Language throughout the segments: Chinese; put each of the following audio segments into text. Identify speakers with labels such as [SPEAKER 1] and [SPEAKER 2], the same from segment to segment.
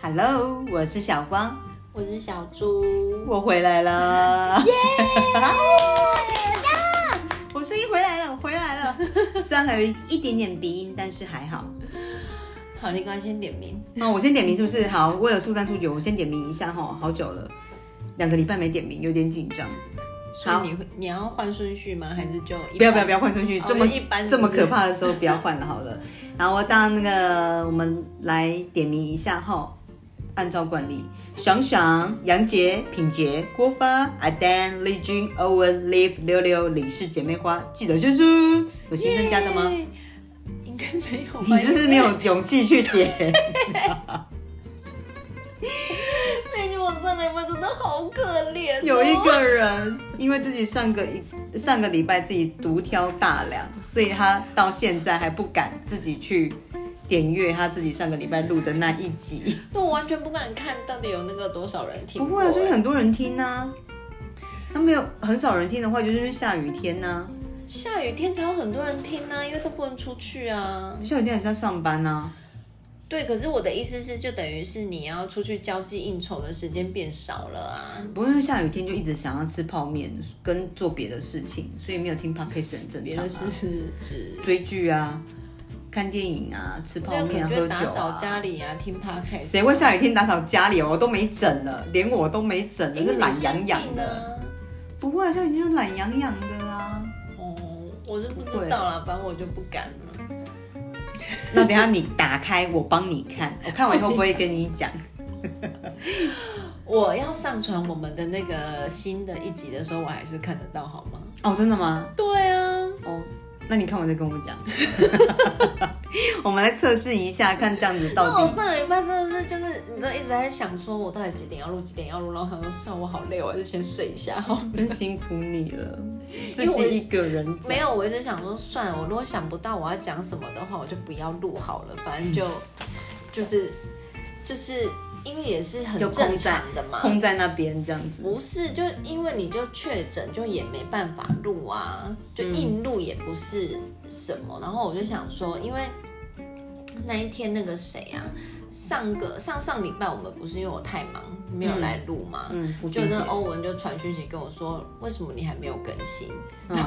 [SPEAKER 1] Hello，我是小光，
[SPEAKER 2] 我是小猪，
[SPEAKER 1] 我回来了，耶！我声音回来了，我回来了， 虽然还有一点点鼻音，但是还好。
[SPEAKER 2] 好，你刚先点名，
[SPEAKER 1] 那、我先点名是不是？好，为了速战速决，我先点名一下哈，好久了，两个礼拜没点名，有点紧张。
[SPEAKER 2] 所以你会你要换顺序吗？还是就一般
[SPEAKER 1] 不要不要不要换出去，
[SPEAKER 2] 哦
[SPEAKER 1] 这么
[SPEAKER 2] 一般
[SPEAKER 1] 这么
[SPEAKER 2] 是不是
[SPEAKER 1] 可怕的时候不要换了好了。然后当那个我们来点名一下哈，按照惯例，想想、杨杰、品杰、郭发、阿丹、丽君、欧文、Live、六六、李氏姐妹花、记得先生，有新增加的吗？
[SPEAKER 2] 耶？应该没有吧，
[SPEAKER 1] 你就是没有勇气去点，
[SPEAKER 2] 那句我真的，我真的好可怜、哦
[SPEAKER 1] 有一，个人因为自己上个一上个礼拜自己独挑大梁，所以他到现在还不敢自己去点阅他自己上个礼拜录的那一 集。
[SPEAKER 2] 那我完全不敢看到底有那个多少人听
[SPEAKER 1] 不
[SPEAKER 2] 过。欸
[SPEAKER 1] 会啊，所以很多人听啊。那没有很少人听的话，就是因为下雨天呐、
[SPEAKER 2] 下雨天才有很多人听啊呢、因为都不能出去啊。
[SPEAKER 1] 下雨天还是要上班呐、
[SPEAKER 2] 对，可是我的意思是，就等于是你要出去交际应酬的时间变少了啊。
[SPEAKER 1] 不过因为下雨天就一直想要吃泡面跟做别的事情，所以没有听 podcast 很正
[SPEAKER 2] 别
[SPEAKER 1] 常、啊
[SPEAKER 2] 的。事是指。
[SPEAKER 1] 追剧啊，看电影啊，吃
[SPEAKER 2] 对
[SPEAKER 1] 泡
[SPEAKER 2] 啊，可
[SPEAKER 1] 面、
[SPEAKER 2] 能
[SPEAKER 1] 啊、
[SPEAKER 2] 就
[SPEAKER 1] 喝酒
[SPEAKER 2] 会打扫
[SPEAKER 1] 啊。
[SPEAKER 2] 家里啊，听 podcast。
[SPEAKER 1] 谁会下雨天打扫家里哦？我都没整了，连我都没整了，
[SPEAKER 2] 因
[SPEAKER 1] 就
[SPEAKER 2] 为
[SPEAKER 1] 是
[SPEAKER 2] 你
[SPEAKER 1] 懒
[SPEAKER 2] 生
[SPEAKER 1] 洋
[SPEAKER 2] 病
[SPEAKER 1] 洋的。
[SPEAKER 2] 啊。
[SPEAKER 1] 不会啊，下雨天就懒洋洋的啊。
[SPEAKER 2] 哦，我是不知道啦，反正我就不敢了。
[SPEAKER 1] 那等一下你打开，我帮你 看，我看完以后不会跟你讲。
[SPEAKER 2] 我要上传我们的那个新的一集的时候，我还是看得到好吗？
[SPEAKER 1] 哦，真的吗？
[SPEAKER 2] 对啊，
[SPEAKER 1] 哦，那你看完再跟我 讲。我们来测试一下，看这样子
[SPEAKER 2] 那
[SPEAKER 1] 到
[SPEAKER 2] 我
[SPEAKER 1] 底。
[SPEAKER 2] 哦上礼拜真的是就是，你知道一直在想说我到底几点要录，几点要录，然后想说算了我好累，我还是先睡一下 好了。
[SPEAKER 1] 真辛苦你了，自
[SPEAKER 2] 因为我
[SPEAKER 1] 己一个人讲
[SPEAKER 2] 没有，我一直想说算了，我如果想不到我要讲什么的话，我就不要录好了，反正就就是就是因为也是很
[SPEAKER 1] 就空
[SPEAKER 2] 正常的嘛，
[SPEAKER 1] 空在那边这样子。
[SPEAKER 2] 不是，就因为你就确诊，就也没办法录啊，就硬录也不是什么。然后我就想说，因为那一天那个谁啊，上个上上礼拜我们不是因为我太忙没有来录嘛，
[SPEAKER 1] 嗯，福
[SPEAKER 2] 就
[SPEAKER 1] 建
[SPEAKER 2] 那
[SPEAKER 1] 姐
[SPEAKER 2] 欧文就传讯息跟我说，为什么你还没有更新？
[SPEAKER 1] 嗯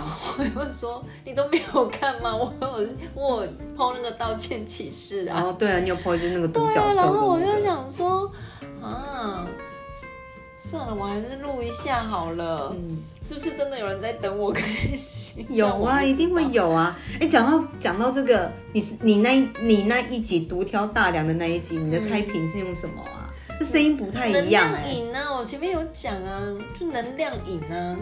[SPEAKER 2] 我就说你都没有看吗？我有我有 PO 那个道歉启事啊，
[SPEAKER 1] 哦，对啊，你有 po 就是那个独
[SPEAKER 2] 对
[SPEAKER 1] 角
[SPEAKER 2] 啊，
[SPEAKER 1] 兽。
[SPEAKER 2] 然后我就，想说，啊，算了，我还是录一下好了。
[SPEAKER 1] 嗯，
[SPEAKER 2] 是不是真的有人在等我更新？
[SPEAKER 1] 有啊，一定会有啊。
[SPEAKER 2] 嗯
[SPEAKER 1] 哎，讲到讲到这个，你是你那一你那一集独挑大梁的那一集，你的开屏是用什么啊？这声音不太
[SPEAKER 2] 能
[SPEAKER 1] 一样
[SPEAKER 2] 量
[SPEAKER 1] 哎。
[SPEAKER 2] 饮啊，我前面有讲啊，就能量饮啊，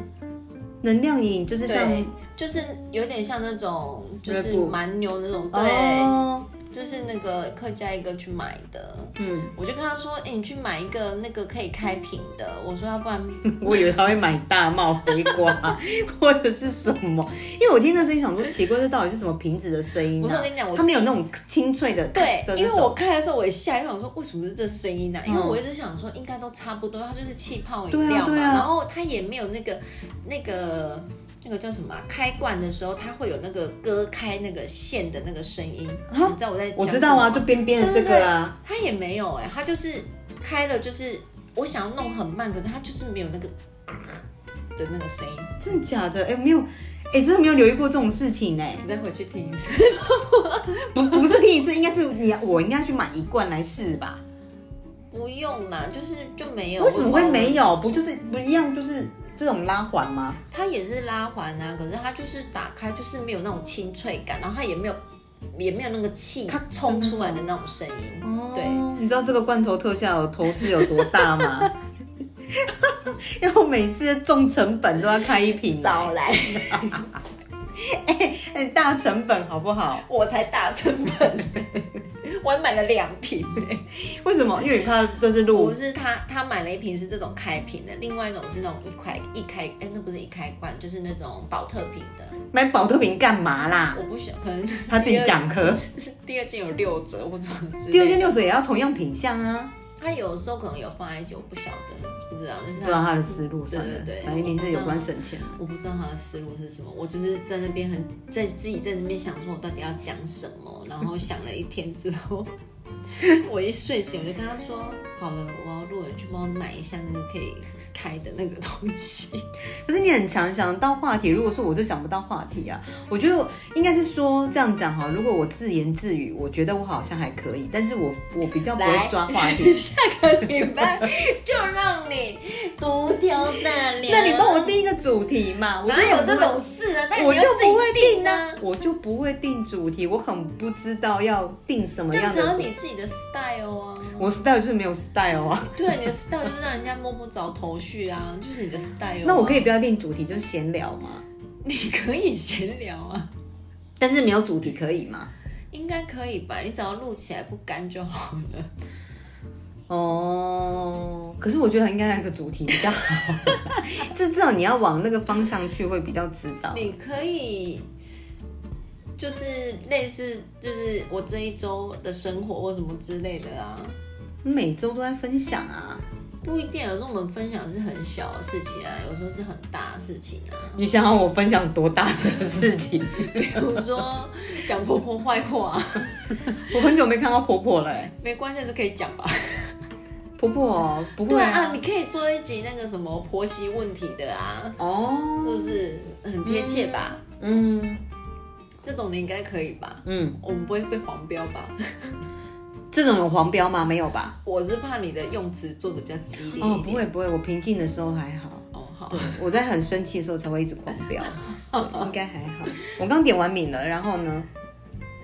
[SPEAKER 1] 能量饮就是像
[SPEAKER 2] 对，就是有点像那种就是
[SPEAKER 1] Red Bull
[SPEAKER 2] 蛮牛那种，对，
[SPEAKER 1] 哦，
[SPEAKER 2] 就是那个客家一个去买的。
[SPEAKER 1] 嗯。
[SPEAKER 2] 我就跟他说：“哎、你去买一个那个可以开瓶的。”我说：“要不然
[SPEAKER 1] 我以为他会买大帽、回瓜 或者是什么，因为我听那声音想说奇怪，这到底是什么瓶子的声音、啊？
[SPEAKER 2] 我说我跟你讲我
[SPEAKER 1] 它没有那种清脆的，
[SPEAKER 2] 对
[SPEAKER 1] 的，
[SPEAKER 2] 因
[SPEAKER 1] 那
[SPEAKER 2] 为我
[SPEAKER 1] 种。
[SPEAKER 2] 看的时候我也吓一跳，我说为什么是这声音呢、啊因为
[SPEAKER 1] 嗯
[SPEAKER 2] 我一直想说应该都差不多，它就是气泡
[SPEAKER 1] 对啊
[SPEAKER 2] 饮料嘛，
[SPEAKER 1] 对啊
[SPEAKER 2] 然后它也没有那个那个那个叫什么啊、开罐的时候它会有那个割开那个线的那个声音，你知道我在
[SPEAKER 1] 我
[SPEAKER 2] 讲
[SPEAKER 1] 知道啊，
[SPEAKER 2] 什么
[SPEAKER 1] 就
[SPEAKER 2] 吗
[SPEAKER 1] 边边的这个啊，
[SPEAKER 2] 它也没有哎、它就是开了就是我想要弄很慢，可是它就是没有那个的那个声音，
[SPEAKER 1] 真的假的？哎、没有，哎、真的没有留意过这种事情哎、
[SPEAKER 2] 你再回去听一次，
[SPEAKER 1] 不，不是听一次，应该是你，我应该去买一罐来试吧？
[SPEAKER 2] 不用啦，就是就没有，
[SPEAKER 1] 为什么会
[SPEAKER 2] 有？
[SPEAKER 1] 没有？不就是不一样，就是这种拉环吗？
[SPEAKER 2] 它也是拉环啊，可是它就是打开就是没有那种清脆感，然后它也没有也没有那个气
[SPEAKER 1] 咔
[SPEAKER 2] 冲出来的那种声音。对，
[SPEAKER 1] 哦，你知道这个罐头特效有投资有多大吗？ 因为我每次重成本都要开一瓶、啊
[SPEAKER 2] 少来，
[SPEAKER 1] 哎、大成本好不好？
[SPEAKER 2] 我才大成本， 我还买了两瓶、 欸。
[SPEAKER 1] 为什么？因为你怕就是录
[SPEAKER 2] 不，是他，他买了一瓶是这种开瓶的，另外一种是那种一块一开，哎、那不是一开罐，就是那种保特瓶的。
[SPEAKER 1] 买保特瓶干嘛啦？
[SPEAKER 2] 我不想，可能
[SPEAKER 1] 他自己
[SPEAKER 2] 第二
[SPEAKER 1] 想喝
[SPEAKER 2] 是 第二件有六折或什么之类的。
[SPEAKER 1] 第二件六折也要同样品相啊，
[SPEAKER 2] 他有时候可能有放在一起，我不晓得，不知道，就
[SPEAKER 1] 不
[SPEAKER 2] 是他
[SPEAKER 1] 知道他的思路算了，
[SPEAKER 2] 对对对
[SPEAKER 1] 反正一定是有关省钱。
[SPEAKER 2] 我不知道他的思路是什么，我就是在那边很在自己在那边想说，我到底要 讲什么，然后想了一天之后，我一睡醒我就跟他说，好了，我要录了，去帮我买一下那个可以开的那个东西。
[SPEAKER 1] 可是你很常想到话题，如果是我就想不到话题啊。我觉得应该是说这样讲哈，如果我自言自语，我觉得我好像还可以，但是我我比较不会
[SPEAKER 2] 来
[SPEAKER 1] 抓话题。
[SPEAKER 2] 下个礼拜就让你独挑大 梁。
[SPEAKER 1] 那你帮我定一个主题嘛？我就
[SPEAKER 2] 哪有
[SPEAKER 1] 不
[SPEAKER 2] 这
[SPEAKER 1] 会
[SPEAKER 2] 种事啊？那
[SPEAKER 1] 啊我
[SPEAKER 2] 你
[SPEAKER 1] 就
[SPEAKER 2] 要自己
[SPEAKER 1] 不会
[SPEAKER 2] 定
[SPEAKER 1] 呢
[SPEAKER 2] 啊。，
[SPEAKER 1] 我就不会定主题，我很不知道要定什么
[SPEAKER 2] 这
[SPEAKER 1] 样
[SPEAKER 2] 样才
[SPEAKER 1] 的
[SPEAKER 2] 有
[SPEAKER 1] 主题。
[SPEAKER 2] 你自己的 style 啊。
[SPEAKER 1] 我 style 就是没有 style 啊。
[SPEAKER 2] 对，你的 style 就是让人家摸不着头绪啊，就是你的 style 啊、
[SPEAKER 1] 那我可以不要定主题，就是闲聊嘛。
[SPEAKER 2] 你可以闲聊啊，
[SPEAKER 1] 但是没有主题可以吗？
[SPEAKER 2] 应该可以吧？你只要录起来不干就好 了。
[SPEAKER 1] 哦，可是我觉得应该来个主题比较好，这至少你要往那个方向去会比较知道。
[SPEAKER 2] 你可以。就是类似，就是我这一周的生活或什么之类的啊，
[SPEAKER 1] 每周都在分享啊，
[SPEAKER 2] 不一定。有时候我们分享是很小的事情啊，有时候是很大的事情啊。
[SPEAKER 1] 你想要我分享多大的事情？
[SPEAKER 2] 比如说讲婆婆坏话，
[SPEAKER 1] 我很久没看到婆婆了、欸，
[SPEAKER 2] 没关系，还是可以讲吧。
[SPEAKER 1] 婆婆不会
[SPEAKER 2] 对啊，你可以做一集那个什么婆媳问题的啊，
[SPEAKER 1] 哦，
[SPEAKER 2] 是不是很贴切吧？
[SPEAKER 1] 嗯
[SPEAKER 2] 这种你应该可以吧？
[SPEAKER 1] 嗯，
[SPEAKER 2] 我们不会被黄标吧？
[SPEAKER 1] 这种有黄标吗？没有吧？
[SPEAKER 2] 我是怕你的用词做的比较激烈
[SPEAKER 1] 哦
[SPEAKER 2] 一，
[SPEAKER 1] 不
[SPEAKER 2] 点。
[SPEAKER 1] 会不会，我平静的时候还好，
[SPEAKER 2] 哦，好，
[SPEAKER 1] 我在很生气的时候才会一直狂飙，对应该还好。我刚点完敏了，然后呢，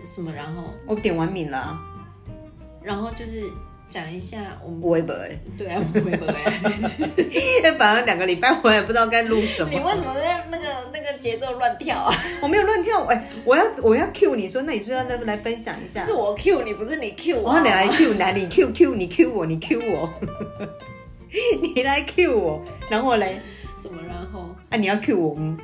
[SPEAKER 2] 什么？然后，
[SPEAKER 1] 我点完敏了啊，
[SPEAKER 2] 然后就是讲一下我们。
[SPEAKER 1] 我也不会。
[SPEAKER 2] 对啊，我们不会。
[SPEAKER 1] 反正两个礼拜我也不知道该录什
[SPEAKER 2] 你
[SPEAKER 1] 么，
[SPEAKER 2] 为什么在那个那个节奏乱 跳啊？
[SPEAKER 1] 我没有乱跳。哎、我要我要 Q 你说，那你说要来来分享一下
[SPEAKER 2] 是，我 Q 你，不是你 Q 我。
[SPEAKER 1] 哦我
[SPEAKER 2] 啊
[SPEAKER 1] 要你来 Q，来你 Q Q 你 Q 我，你 Q 我， 你来 Q 我，然后嘞，
[SPEAKER 2] 什么？然后。
[SPEAKER 1] 啊你要 Q 我吗？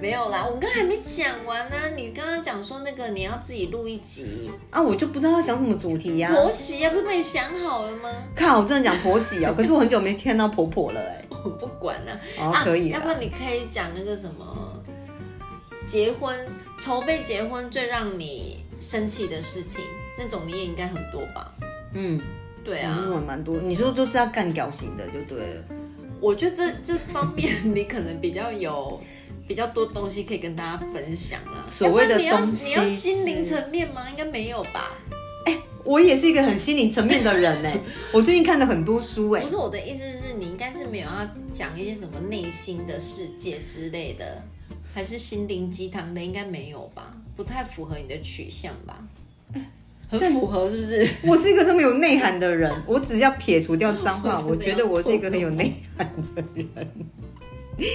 [SPEAKER 2] 没有啦，我们刚才还没讲完呢、啊你刚刚讲说那个你要自己录一集
[SPEAKER 1] 啊我就不知道要想什么主题呀、
[SPEAKER 2] 婆媳啊，不是被你想好了吗？
[SPEAKER 1] 靠，我真的讲婆媳 啊，可是我很久没看到婆婆了哎、
[SPEAKER 2] 我 不管啦、
[SPEAKER 1] 哦
[SPEAKER 2] 啊，
[SPEAKER 1] 可以
[SPEAKER 2] 要
[SPEAKER 1] 啦
[SPEAKER 2] 不然你可以讲那个什么结婚筹备结婚最让你生气的事情，那种你也应该很多吧？
[SPEAKER 1] 嗯，
[SPEAKER 2] 对
[SPEAKER 1] 那
[SPEAKER 2] 啊，
[SPEAKER 1] 种也蛮多。你说都是要干屌型的就对了，
[SPEAKER 2] 我觉得这这方面你可能比较有。比较多东西可以跟大家分享啦。
[SPEAKER 1] 所谓的
[SPEAKER 2] 要不然你要
[SPEAKER 1] 东西
[SPEAKER 2] 你要心灵
[SPEAKER 1] 是
[SPEAKER 2] 层面吗？应该没有吧？
[SPEAKER 1] 我也是一个很心理层面的人 哎、我最近看了很多书哎、
[SPEAKER 2] 不是我的意思是你应该是没有要讲一些什么内心的世界之类的，还是心灵鸡汤的，应该没有吧？不太符合你的取向吧？很符合是不是？
[SPEAKER 1] 我是一个这么有内涵的人，我只要撇除掉脏话，我
[SPEAKER 2] 我真的
[SPEAKER 1] 觉得我是一个很有内涵的人。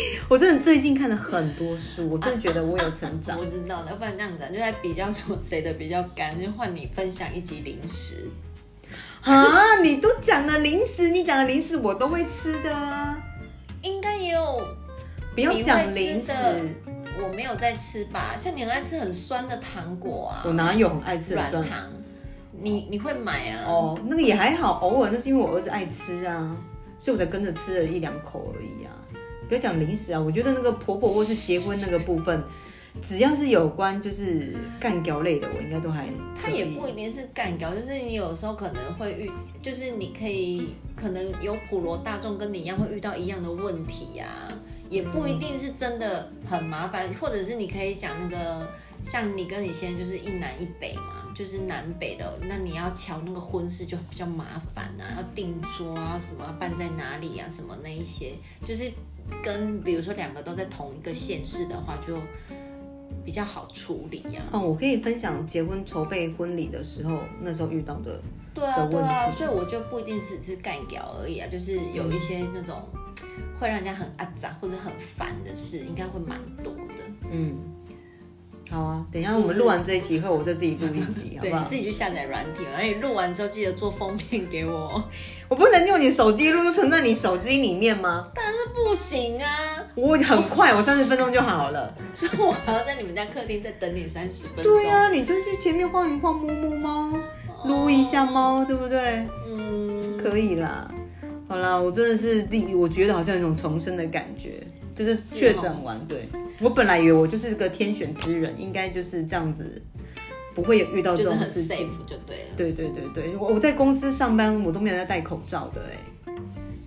[SPEAKER 1] 我真的最近看了很多书，我真的觉得我有成 长。
[SPEAKER 2] 我知道了，要不然这样子、啊、就来比较说谁的比较干，就换你分享一集零食。
[SPEAKER 1] 啊，你都讲了零食，你讲的零食我都会吃的啊！
[SPEAKER 2] 应该也有
[SPEAKER 1] 不要讲零
[SPEAKER 2] 你
[SPEAKER 1] 食
[SPEAKER 2] 会吃，的我没有在吃吧？像你很爱吃很酸的糖果啊
[SPEAKER 1] 我，哪有很爱吃的
[SPEAKER 2] 软
[SPEAKER 1] 酸？
[SPEAKER 2] 糖，你你会买啊？
[SPEAKER 1] 哦，那个也还好，偶尔那是因为我儿子爱吃啊，所以我才跟着吃了一两口而已啊。不要讲零食啊，我觉得那个婆婆或是结婚那个部分，只要是有关就是干掉类的，我应该都还
[SPEAKER 2] 它也不一定是干掉，就是你有时候可能会遇，就是你可以可能有普罗大众跟你一样会遇到一样的问题呀、也不一定是真的很麻烦，或者是你可以讲那个，像你跟你先生就是一南一北嘛，就是南北的，那你要瞧那个婚事就比较麻烦啊，要订桌啊，什么办在哪里啊，什么那一些，就是跟比如说两个都在同一个县市的话，就比较好处理呀、
[SPEAKER 1] 哦，我可以分享结婚筹备婚礼的时候，那时候遇到的
[SPEAKER 2] 对啊
[SPEAKER 1] 的，
[SPEAKER 2] 对啊，
[SPEAKER 1] 问题
[SPEAKER 2] 所以我就不一定只是干掉而已啊，就是
[SPEAKER 1] 嗯
[SPEAKER 2] 有一些那种会让人家很阿杂或者很烦的事，应该会蛮多的。
[SPEAKER 1] 嗯，好啊，等一下
[SPEAKER 2] 是不
[SPEAKER 1] 我
[SPEAKER 2] 是
[SPEAKER 1] 们录完这一集以后，我再自己录一 集，好不
[SPEAKER 2] 对，你
[SPEAKER 1] 好
[SPEAKER 2] 自？己去下载软体嘛，而且录完之后记得做封面给 我哦，
[SPEAKER 1] 我不能用你手机录，就存在你手机里面吗？
[SPEAKER 2] 不行啊，
[SPEAKER 1] 我很快，我三十分钟就好了。
[SPEAKER 2] 所以我还要在你们家客厅再等你三十分钟。
[SPEAKER 1] 对啊，你就去前面晃一晃，摸摸猫，
[SPEAKER 2] 哦
[SPEAKER 1] 撸一下猫，对不对？
[SPEAKER 2] 嗯，
[SPEAKER 1] 可以啦。好啦，我真的是第，我觉得好像有一种重生的感觉，就是
[SPEAKER 2] 哦
[SPEAKER 1] 确诊完，对我本来以为我就是个天选之人，应该就是这样子不会有遇到这
[SPEAKER 2] 就是
[SPEAKER 1] 种
[SPEAKER 2] 很
[SPEAKER 1] 事情。
[SPEAKER 2] safe 就对了。
[SPEAKER 1] 对对对对，我我在公司上班，我都没有在戴口罩的哎、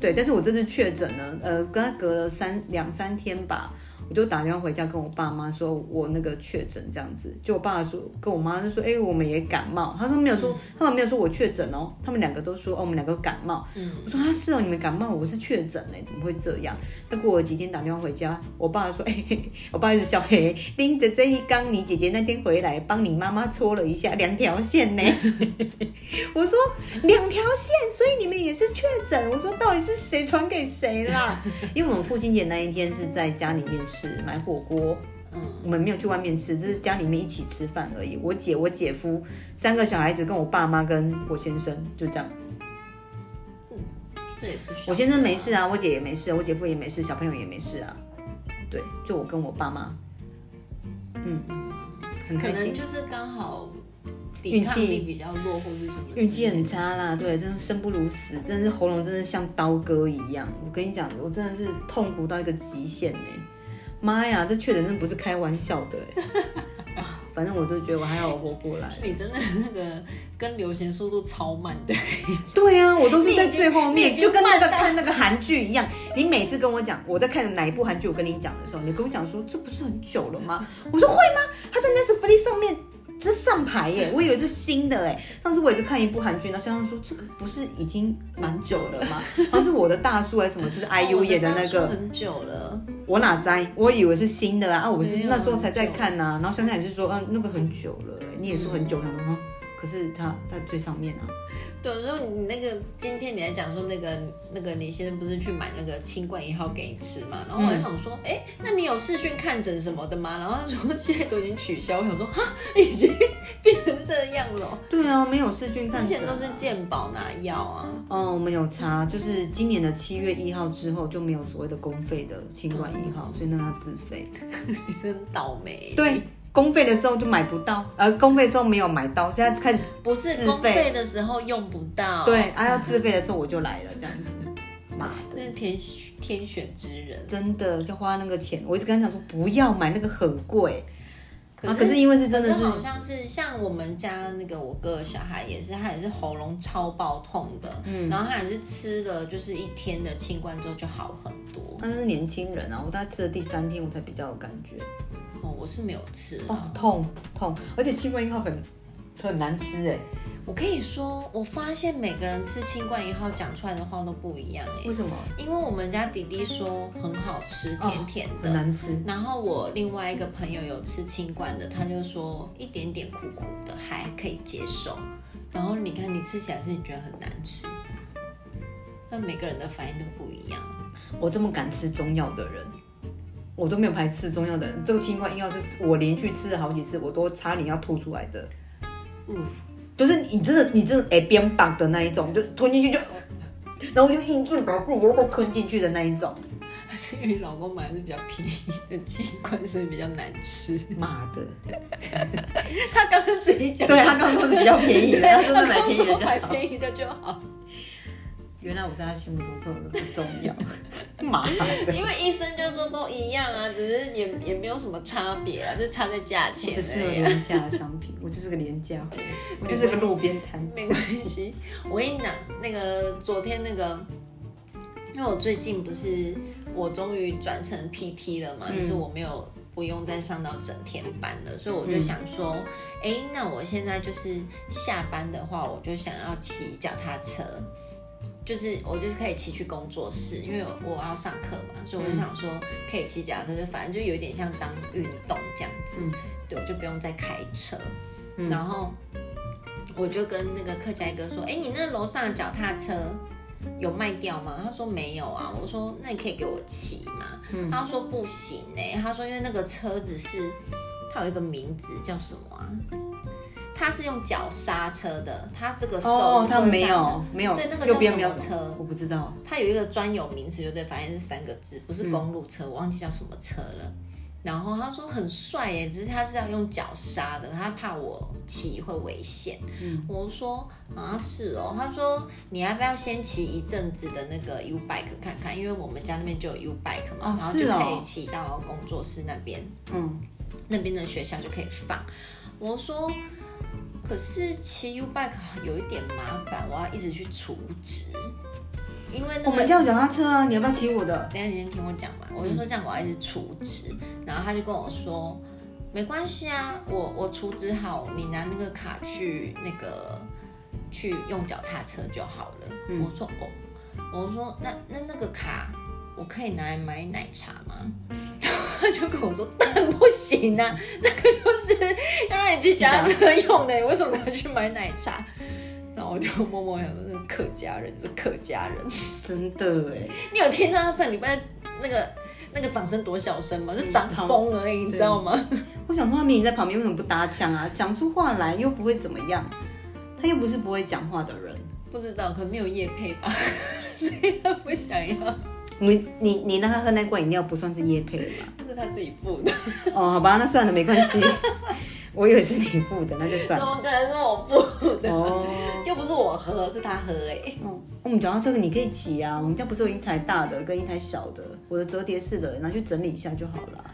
[SPEAKER 1] 对，但是我这次确诊呢，呃，跟他隔了三两三天吧，我就打电话回家跟我爸妈说，我那个确诊这样子。就我爸说跟我妈就说，哎、我们也感冒。他说没有说，他们没有说我确诊哦，他们两个都说哦，我们两个感冒。我说啊是哦，你们感冒，我是确诊哎，怎么会这样？那过了几天打电话回家，我爸说，哎、嘿嘿我爸一直笑，嘿嘿，拎着这一缸，你姐姐那天回来帮你妈妈搓了一下，两条线呢。我说两条线，所以你们也是确诊。我说到底是谁传给谁 啦？因为我们父亲节那一天是在家里面吃，买火锅。嗯，我们没有去外面吃，只是家里面一起吃饭而已。我姐、我姐夫三个小孩子，跟我爸妈跟我先生就这样。
[SPEAKER 2] 对，不需要
[SPEAKER 1] 我先生没事啊，我姐也没事，我姐夫也没事，小朋友也没事啊。对，就我跟我爸妈，嗯，很
[SPEAKER 2] 可
[SPEAKER 1] 开
[SPEAKER 2] 能
[SPEAKER 1] 心。
[SPEAKER 2] 就是刚好抵
[SPEAKER 1] 运
[SPEAKER 2] 抗
[SPEAKER 1] 气
[SPEAKER 2] 力比较弱，或是什么之类的
[SPEAKER 1] 运气很差啦，对，真的生不如死，真的是喉咙真的像刀割一样。我跟你讲，我真的是痛苦到一个极限呢、妈呀，这确诊真的不是开玩笑的哎、 啊反正我就觉得我还好我活过来。
[SPEAKER 2] 你真的那个跟流行速度超慢的，
[SPEAKER 1] 对啊，我都是在最后
[SPEAKER 2] 你已
[SPEAKER 1] 面，
[SPEAKER 2] 经
[SPEAKER 1] 就跟那个
[SPEAKER 2] 慢到
[SPEAKER 1] 看那个韩剧一样。你每次跟我讲我在看哪一部韩剧，我跟你讲的时候，你跟我讲说这不是很久了吗？我说会吗？它在 Netflix 上面这上排耶，我以为是新的哎。上次我也是看一部韩剧，然后先生说这个不是已经蛮久了吗？好像是我的大叔还是什 么，就是 IU 哎演的那
[SPEAKER 2] 啊我大叔
[SPEAKER 1] 个，
[SPEAKER 2] 很久了，
[SPEAKER 1] 我哪摘？我以为是新的啊，啊我
[SPEAKER 2] 没
[SPEAKER 1] 是
[SPEAKER 2] 有
[SPEAKER 1] 那时候才在看呐、然后想想也是说，嗯、那个很久了耶，你也说很久了，然后可是它在最上面啊。
[SPEAKER 2] 对，然后你那个今天你还讲说那个那个你先生不是去买那个清冠一号给你吃嘛？然后我还想说，
[SPEAKER 1] 嗯
[SPEAKER 2] 哎、那你有视讯看诊什么的吗？然后他说现在都已经取消，我想说哈，已经变成这样了。
[SPEAKER 1] 对啊，没有视讯看
[SPEAKER 2] 之
[SPEAKER 1] 诊啊、
[SPEAKER 2] 前都是健保拿药啊，
[SPEAKER 1] 嗯，我们有查，就是今年的七月一号之后就没有所谓的公费的清管一号，所以那个要自费。
[SPEAKER 2] 你真倒霉。
[SPEAKER 1] 对，公费的时候就买不到，呃，公费的时候没有买到，现在开始
[SPEAKER 2] 不是
[SPEAKER 1] 自
[SPEAKER 2] 公
[SPEAKER 1] 费
[SPEAKER 2] 费的时候用不到，
[SPEAKER 1] 对，啊，要自费的时候我就来了，这样子。妈的，
[SPEAKER 2] 那是天天选之人。
[SPEAKER 1] 真的要花那个钱，我一直跟他讲说不要买那个很贵
[SPEAKER 2] 可
[SPEAKER 1] 啊，可是因为是真的
[SPEAKER 2] 可
[SPEAKER 1] 是
[SPEAKER 2] 是好像是像我们家那个我哥的小孩也是，他也是喉咙超爆痛的，然后他也是吃了就是一天的清冠之后就好很多。
[SPEAKER 1] 那是年轻人啊，我大概吃了第三天我才比较有感觉，
[SPEAKER 2] 哦，我是没有吃啊、
[SPEAKER 1] 哦，痛痛，而且清管一号很很难吃哎，
[SPEAKER 2] 我可以说，我发现每个人吃清冠一号讲出来的话都不一样哎、
[SPEAKER 1] 为什么？
[SPEAKER 2] 因为我们家弟弟说很好吃，甜甜的。
[SPEAKER 1] 很难吃。
[SPEAKER 2] 然后我另外一个朋友有吃清冠的，他就说一点点苦苦的还可以接受。然后你看你吃起来是你觉得很难吃，那每个人的反应都不一样。
[SPEAKER 1] 我这么敢吃中药的人，我都没有排斥中药的人。这个清冠药是我连续吃了好几次，我都差点要吐出来的。
[SPEAKER 2] 嗯，
[SPEAKER 1] 就是你真的，你真的哎边绑的那一种，就吞进去就，然后我就硬硬把自己又再吞进去的那一种。
[SPEAKER 2] 还是因为老公买的是比较便宜的清冠，所以比较难 吃。
[SPEAKER 1] 妈的！
[SPEAKER 2] 他刚刚自己讲，
[SPEAKER 1] 对他刚刚说是比较便宜的，
[SPEAKER 2] 对
[SPEAKER 1] 他说是买
[SPEAKER 2] 刚
[SPEAKER 1] 便宜的
[SPEAKER 2] 说
[SPEAKER 1] 就
[SPEAKER 2] 买
[SPEAKER 1] 好。
[SPEAKER 2] 便宜的就好。
[SPEAKER 1] 原来我在他心目中这么不重 要。妈的！
[SPEAKER 2] 因为医生就说都一样啊，只是也也没有什么差别啊，就差在价
[SPEAKER 1] 我
[SPEAKER 2] 钱
[SPEAKER 1] 只是
[SPEAKER 2] 而
[SPEAKER 1] 有
[SPEAKER 2] 已啊、
[SPEAKER 1] 廉价的商品，我就是个廉价货，我就是个路边摊。
[SPEAKER 2] 没关系，我跟你讲，那个昨天那个，因为我最近不是我终于转成 PT 了嘛，就是我没有不用再上到整天班了，所以我就想说，哎、那我现在就是下班的话，我就想要骑脚踏车。就是我就是可以骑去工作室，因为我要上课嘛，所
[SPEAKER 1] 嗯
[SPEAKER 2] 以我就想说可以骑脚踏车，就反正就有点像当运动这样子，
[SPEAKER 1] 嗯
[SPEAKER 2] 对，我就不用再开车。
[SPEAKER 1] 嗯
[SPEAKER 2] 然后我就跟那个客家哥说：“哎，你那楼上的脚踏车有卖掉吗？”他说：“没有啊。”我说：“那你可以给我骑吗？”
[SPEAKER 1] 嗯
[SPEAKER 2] 他说：“不行呢、他说：“因为那个车子是它有一个名字叫什么啊？它是用脚刹车的，它这个手
[SPEAKER 1] 哦
[SPEAKER 2] 是，
[SPEAKER 1] 他
[SPEAKER 2] 不能
[SPEAKER 1] 没
[SPEAKER 2] 刹车
[SPEAKER 1] 有没有，
[SPEAKER 2] 对那个
[SPEAKER 1] 右
[SPEAKER 2] 叫
[SPEAKER 1] 边
[SPEAKER 2] 什
[SPEAKER 1] 没有
[SPEAKER 2] 么
[SPEAKER 1] 什么
[SPEAKER 2] 车
[SPEAKER 1] 我不知道。
[SPEAKER 2] 它有一个专有名词，就对，反正是三个字，不是公路车，我忘记叫什么车了。然后他说很帅耶，只是他是要用脚刹的，他怕我骑会危险。
[SPEAKER 1] 嗯
[SPEAKER 2] 我说啊是哦，他说你要不要先骑一阵子的那个 U bike 看看，因为我们家那边就有 U bike 嘛，
[SPEAKER 1] 哦
[SPEAKER 2] 然后就是
[SPEAKER 1] 哦
[SPEAKER 2] 可以骑到工作室那边。
[SPEAKER 1] 嗯，
[SPEAKER 2] 那边的学校就可以放。我说可是骑 U bike 有一点麻烦，我要一直去储值，因为那
[SPEAKER 1] 我们
[SPEAKER 2] 个。
[SPEAKER 1] 叫脚踏车啊，你要不要骑我的？
[SPEAKER 2] 等一下你先听我讲嘛，我就说这样我要一直储值，然后他就跟我说没关系啊，我我储值好，你拿那个卡去那个去用脚踏车就好了。我说哦，我说那那那个卡我可以拿来买奶茶吗？ 然后他就跟我说当然不行啊， 那个就是要让你骑脚踏车用的，你为什么拿去买奶茶？然后我就默默想说，这是客家人，这是客家人。
[SPEAKER 1] 真的哎，
[SPEAKER 2] 你有听到他上礼拜那个那个掌声多小声
[SPEAKER 1] 嗯
[SPEAKER 2] 吗？就掌风而已，你知道吗？
[SPEAKER 1] 我想说他明明在旁边，为什么不搭腔啊？讲出话来又不会怎么样，他又不是不会讲话的人。
[SPEAKER 2] 不知道，可能没有夜配吧， 所以他不想要，
[SPEAKER 1] 你你你让他喝那罐饮料不算是夜配了吧？
[SPEAKER 2] 这是他自己付的。
[SPEAKER 1] 哦，好吧，那算了，没关系。 我以为是你付的，那就算
[SPEAKER 2] 怎
[SPEAKER 1] 了。
[SPEAKER 2] 么可能是我付的？
[SPEAKER 1] 哦，
[SPEAKER 2] 又不是我喝，是他喝哎、
[SPEAKER 1] 哦，我们讲到这个，你可以骑啊。我们家不是有一台大的跟一台小的，我的折叠式的，拿去整理一下就好了。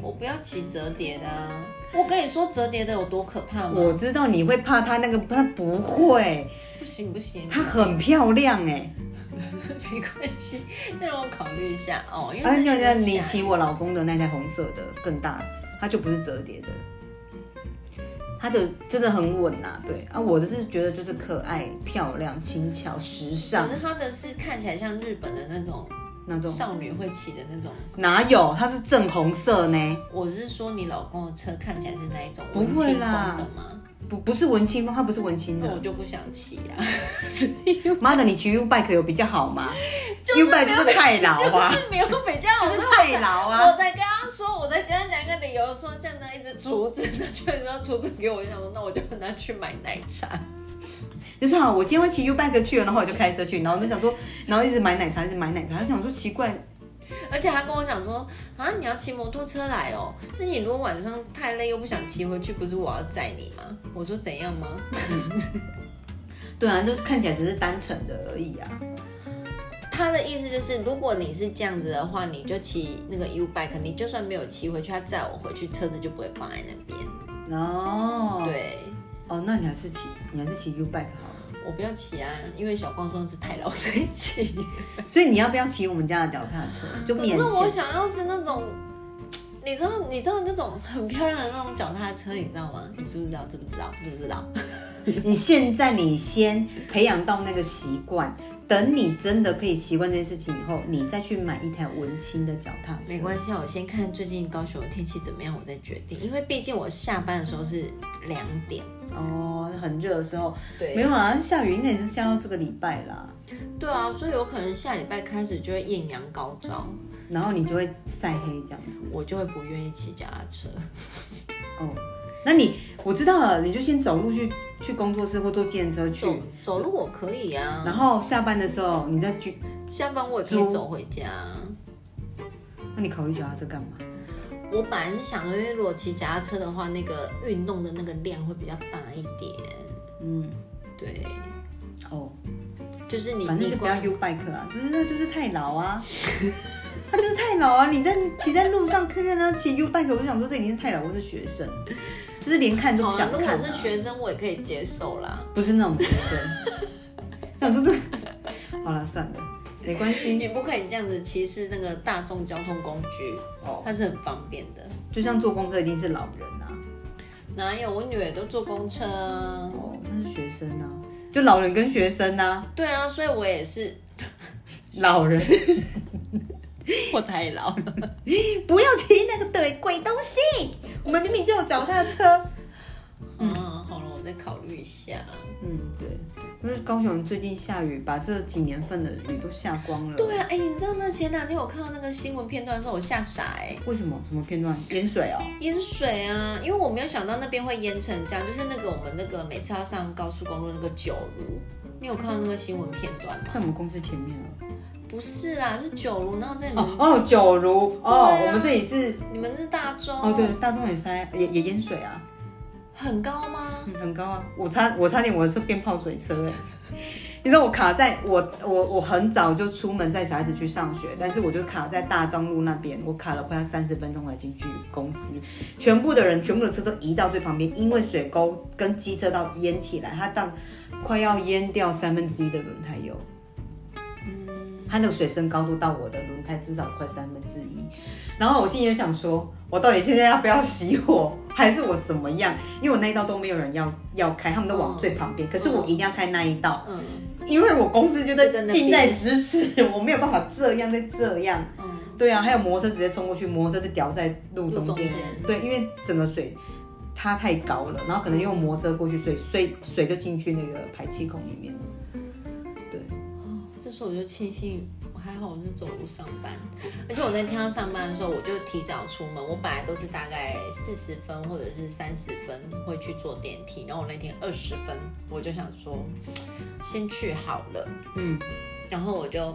[SPEAKER 2] 我不要骑折叠的啊！我跟你说折叠的有多可怕吗？
[SPEAKER 1] 我知道你会怕它那个，它不会，
[SPEAKER 2] 不行不行，
[SPEAKER 1] 它很漂亮哎、
[SPEAKER 2] 没关系，那让我考虑一下哦。因
[SPEAKER 1] 而
[SPEAKER 2] 为
[SPEAKER 1] 且
[SPEAKER 2] 那
[SPEAKER 1] 哎啊你骑我老公的那台红色的更大，它就不是折叠的，它的真的很稳呐、对啊，我的是觉得就是可爱、漂亮、轻巧、时尚
[SPEAKER 2] 可是他的是看起来像日本的那种
[SPEAKER 1] 那种。
[SPEAKER 2] 少女会骑的那种
[SPEAKER 1] 哪有？它是正红色呢，
[SPEAKER 2] 我是说你老公的车看起来是那一种
[SPEAKER 1] 不
[SPEAKER 2] 文
[SPEAKER 1] 会
[SPEAKER 2] 青风
[SPEAKER 1] 啦
[SPEAKER 2] 的吗？
[SPEAKER 1] 不不是文青风，它不是文青
[SPEAKER 2] 那我
[SPEAKER 1] 的。
[SPEAKER 2] 哦就不想骑啊，
[SPEAKER 1] 妈的，你骑 U bike 有比较好 吗？U bike 就是太老啊，
[SPEAKER 2] 是没有比较好。
[SPEAKER 1] 太老啊
[SPEAKER 2] 我。在跟他说，我在跟他讲一个理由，说这样他一直出资，他确实要出资给我，我就想说那我就拿去买奶茶。
[SPEAKER 1] 就说好，我今天会骑 U bike 去了，然后我就开车去，然后就想说，然后一直买奶茶，一直买奶茶，就想说奇怪，
[SPEAKER 2] 而且他跟我讲说啊，你要骑摩托车来哦，那你如果晚上太累又不想骑回去，不是我要载你吗？我说怎样吗？
[SPEAKER 1] 对啊，就看起来只是单程的而已啊。
[SPEAKER 2] 他的意思就是，如果你是这样子的话，你就骑那个 U bike，你就算没有骑回去，他载我回去，车子就不会放在那边。
[SPEAKER 1] 哦，，
[SPEAKER 2] 对，
[SPEAKER 1] 哦，那你还是骑，你还是骑 U bike 好了。
[SPEAKER 2] 我不要骑啊，因为小光光是太老生气。
[SPEAKER 1] 所以你要不要骑我们家的脚踏 车？就
[SPEAKER 2] 可
[SPEAKER 1] 勉
[SPEAKER 2] 是我
[SPEAKER 1] 强。
[SPEAKER 2] 想要是那种，你知道，你知道那种很漂亮的那种脚踏车，你知道吗？你知不知道？知不知道？知不知道？
[SPEAKER 1] 你现在你先培养到那个习惯，等你真的可以习惯这件事情以后，你再去买一台文青的脚踏车。
[SPEAKER 2] 没关系啊，我先看最近高雄的天气怎么样，我再决定。因为毕竟我下班的时候是两点。
[SPEAKER 1] 哦，很热的时候
[SPEAKER 2] 对
[SPEAKER 1] 没有啦，下雨应该也是下到这个礼拜啦，
[SPEAKER 2] 对啊，所以有可能下礼拜开始就会艳阳高照，
[SPEAKER 1] 然后你就会晒黑这样子。
[SPEAKER 2] 我就会不愿意骑脚踏车。
[SPEAKER 1] 哦，那你我知道了，你就先走路去去工作室或坐电车去，
[SPEAKER 2] 走走路我可以啊，
[SPEAKER 1] 然后下班的时候你再去，
[SPEAKER 2] 下班我也可以走回家啊。
[SPEAKER 1] 那你考虑脚踏车干嘛？
[SPEAKER 2] 我本来是想说，因为如果骑脚踏车的话，那个运动的那个量会比较大一点。
[SPEAKER 1] 嗯，
[SPEAKER 2] 对，
[SPEAKER 1] 哦，
[SPEAKER 2] 就是你
[SPEAKER 1] 反正
[SPEAKER 2] 你
[SPEAKER 1] 就不要
[SPEAKER 2] 光
[SPEAKER 1] U bike 啊，就是那就是太老啊， 他就是太老啊！你在骑在路上看见他骑 U bike，我就想说这已经太老，我是学生，就是连看都
[SPEAKER 2] 好
[SPEAKER 1] 不
[SPEAKER 2] 啊
[SPEAKER 1] 想，
[SPEAKER 2] 如
[SPEAKER 1] 看、啊。
[SPEAKER 2] 果是学生，我也可以接受啦。
[SPEAKER 1] 不是那种学生，想说这个， 好了算了，没关系。
[SPEAKER 2] 你不可以这样子歧视那个大众交通工具，
[SPEAKER 1] 哦，
[SPEAKER 2] 它是很方便的。
[SPEAKER 1] 就像坐公车一定是老人啊，
[SPEAKER 2] 哪有我女儿都坐公车啊？
[SPEAKER 1] 哦，那是学生啊，就老人跟学生啊，
[SPEAKER 2] 对啊，所以我也是，
[SPEAKER 1] 老人
[SPEAKER 2] 我太老了。
[SPEAKER 1] 不要骑那个对鬼东西，我们明明就有脚踏车。
[SPEAKER 2] 嗯，好了，我再考虑一下。
[SPEAKER 1] 嗯，对，因为高雄最近下雨，把这几年份的雨都下光了。
[SPEAKER 2] 对啊，哎、你知道那前两天我看到那个新闻片段的时候，我吓傻哎、
[SPEAKER 1] 为什么？什么片段？淹水哦。
[SPEAKER 2] 淹水啊，因为我没有想到那边会淹成这样，就是那个我们那个每次要上高速公路那个九如，你有看到那个新闻片段吗？
[SPEAKER 1] 在我们公司前面了。
[SPEAKER 2] 不是啦，是九如，然后在你们、
[SPEAKER 1] 哦哦，九如哦，
[SPEAKER 2] 对啊
[SPEAKER 1] 我们这里是
[SPEAKER 2] 你们是大洲
[SPEAKER 1] 哦，对，大众也塞也也淹水啊。
[SPEAKER 2] 很高吗？
[SPEAKER 1] 嗯很高啊！我差我差点我是变泡水车哎、你知道我卡在我我我很早就出门载小孩子去上学，但是我就卡在大张路那边，我卡了快要三十分钟才进去公司。全部的人全部的车都移到最旁边，因为水沟跟机车道淹起来，它到快要淹掉三分之一的轮胎油。它那个水深高度到我的轮胎至少快三分之一，然后我心里就想说，我到底现在要不要熄火，还是我怎么样？因为我那一道都没有人要要开，他们都往最旁边，可是我一定要开那一道，
[SPEAKER 2] 嗯
[SPEAKER 1] 因为我公司就在
[SPEAKER 2] 就在那边
[SPEAKER 1] 近在咫尺，我没有办法这样再这样。
[SPEAKER 2] 嗯，
[SPEAKER 1] 对啊，还有摩托车直接冲过去，摩托车就掉在路中
[SPEAKER 2] 路中
[SPEAKER 1] 间
[SPEAKER 2] 间。
[SPEAKER 1] 对，因为整个水它太高了，然后可能用摩托车过去，所以水水就进去那个排气孔里面了。
[SPEAKER 2] 哦这时候我就庆幸。我还好我是走路上班，而且我那天要上班的时候，我就提早出门。我本来都是大概四十分或者是三十分会去坐电梯，然后我那天二十分，我就想说先去好了。
[SPEAKER 1] 嗯，
[SPEAKER 2] 然后我就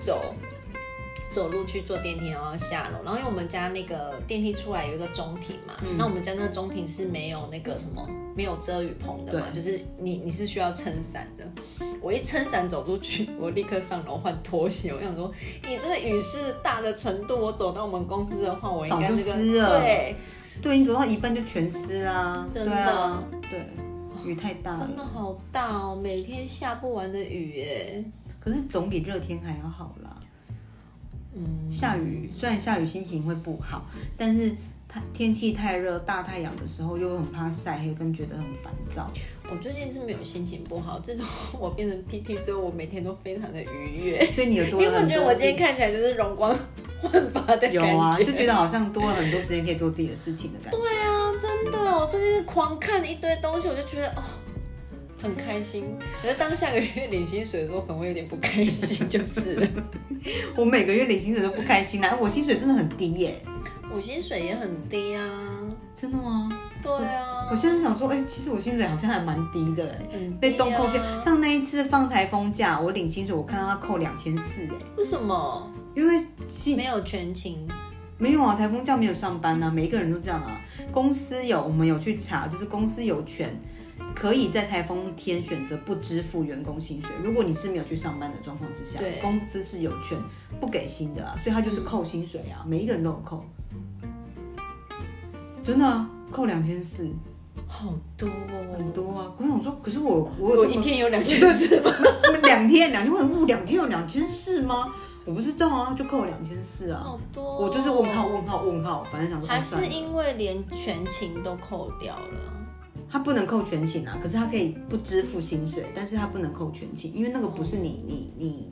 [SPEAKER 2] 走走路去坐电梯，然后下楼。然后因为我们家那个电梯出来有一个中庭嘛，
[SPEAKER 1] 嗯
[SPEAKER 2] 那我们家那个中庭是没有那个什么没有遮雨棚的嘛，
[SPEAKER 1] 对
[SPEAKER 2] 就是你你是需要撑伞的。我一撑伞走出去， 我立刻上楼换拖鞋。我想说，你这个雨势大的程度，我走到我们公司的话，我应该
[SPEAKER 1] 早就
[SPEAKER 2] 那个
[SPEAKER 1] 湿了
[SPEAKER 2] 对，
[SPEAKER 1] 对你走到一半就全湿啦，
[SPEAKER 2] 真的
[SPEAKER 1] 对啊，对，雨太大
[SPEAKER 2] 真的
[SPEAKER 1] 了，
[SPEAKER 2] 好大哦，每天下不完的雨耶。
[SPEAKER 1] 可是总比热天还要好啦。
[SPEAKER 2] 嗯，
[SPEAKER 1] 下雨虽然下雨心情会不好，但是它天气太热，大太阳的时候又很怕晒黑，跟觉得很烦躁。
[SPEAKER 2] 我最近是没有心情不好，自从 我变成 PT 之后，我每天都非常的愉悦。
[SPEAKER 1] 所以你有
[SPEAKER 2] 因
[SPEAKER 1] 多
[SPEAKER 2] 为
[SPEAKER 1] 了
[SPEAKER 2] 我
[SPEAKER 1] 很
[SPEAKER 2] 觉
[SPEAKER 1] 多
[SPEAKER 2] 得我今天看起来就是容光焕发的感觉，
[SPEAKER 1] 有啊，就觉得好像多了很多时间可以做自己的事情的 感觉。
[SPEAKER 2] 对啊，真的，我最近是狂看了一堆东西，我就觉得哦。很开心，可是当下个月领薪水的时候，可能会有点不开心，就是了。
[SPEAKER 1] 啊我每个月领薪水都不开心啦、啊我薪水真的很低耶、
[SPEAKER 2] 我薪水也很低啊，
[SPEAKER 1] 真的吗？
[SPEAKER 2] 对啊，
[SPEAKER 1] 我现在想说，哎、其实我薪水好像还蛮低的、哎，
[SPEAKER 2] 很低啊
[SPEAKER 1] 被东扣下。像那一次放台风假，我领薪水，我看到他扣两千四，哎，
[SPEAKER 2] 为什么
[SPEAKER 1] 因为薪
[SPEAKER 2] 没有全勤？
[SPEAKER 1] 没有啊，台风假没有上班啊，每一个人都这样啊。公司有，我们有去查，就是公司有权可以在台风天选择不支付员工薪水。如果你是没有去上班的状况之下
[SPEAKER 2] 对，
[SPEAKER 1] 公司是有权不给薪的啊，所以他就是扣薪水啊，每一个人都有扣，真的、啊、扣两千四，
[SPEAKER 2] 好多哦，
[SPEAKER 1] 很多啊。我想说，可是我我有
[SPEAKER 2] 我
[SPEAKER 1] 这
[SPEAKER 2] 一
[SPEAKER 1] 么
[SPEAKER 2] 天有两千四吗？
[SPEAKER 1] 我两天两天，我想说我两天有两千四吗？我不知道啊，就扣我两千四啊。
[SPEAKER 2] 好多哦、
[SPEAKER 1] 我就是问号问号问号，反正想说
[SPEAKER 2] 还
[SPEAKER 1] 哦算
[SPEAKER 2] 是
[SPEAKER 1] 了
[SPEAKER 2] 因为连全勤都扣掉了，
[SPEAKER 1] 他不能扣全勤啊，可是他可以不支付薪水，但是他不能扣全勤，因为那个不是
[SPEAKER 2] 哦
[SPEAKER 1] 你你你，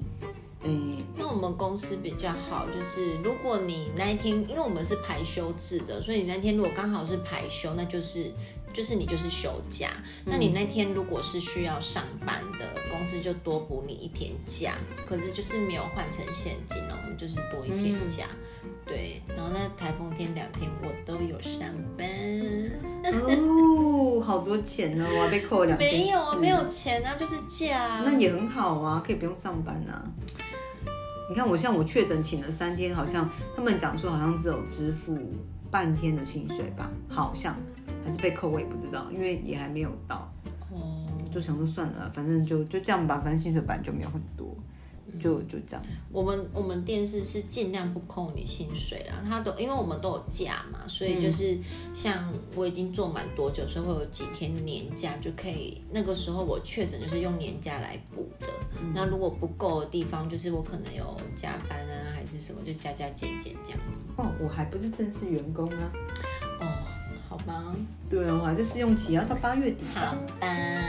[SPEAKER 1] 诶、
[SPEAKER 2] 那我们公司比较好，就是如果你那一天，因为我们是排休制的，所以你那天如果刚好是排休，那就是就是你就是休假。那
[SPEAKER 1] 嗯
[SPEAKER 2] 你那天如果是需要上班的，公司就多补你一天假，可是就是没有换成现金了，我们就是多一
[SPEAKER 1] 嗯
[SPEAKER 2] 天假。对，然后那台风天两天我都有上班，
[SPEAKER 1] 哦，好多钱呢、我还被扣了两千，
[SPEAKER 2] 没有啊，没，有钱啊，就是假啊。
[SPEAKER 1] 那也很好啊，可以不用上班啊。你看我像我确诊请了三天，好像他们讲说好像只有支付半天的薪水吧，好像还是被扣，我也不知道，因为也还没有到，
[SPEAKER 2] 哦，
[SPEAKER 1] 就想说算了，反正就就这样吧，反正薪水本来就没有很多，就就这样。
[SPEAKER 2] 我们我们店是是尽量不扣你薪水啦，他都因为我们都有假嘛，所以就是像我已经做满多久，所以会有几天年假就可以。那个时候我确诊就是用年假来补的。那如果不够的地方，就是我可能有加班啊，还是什么，就加加减减这样子。
[SPEAKER 1] 哦，我还不是正式员工啊。
[SPEAKER 2] 哦，好吧，
[SPEAKER 1] 对啊，我还是试用期要到八月底
[SPEAKER 2] 好
[SPEAKER 1] 吧。
[SPEAKER 2] 吧，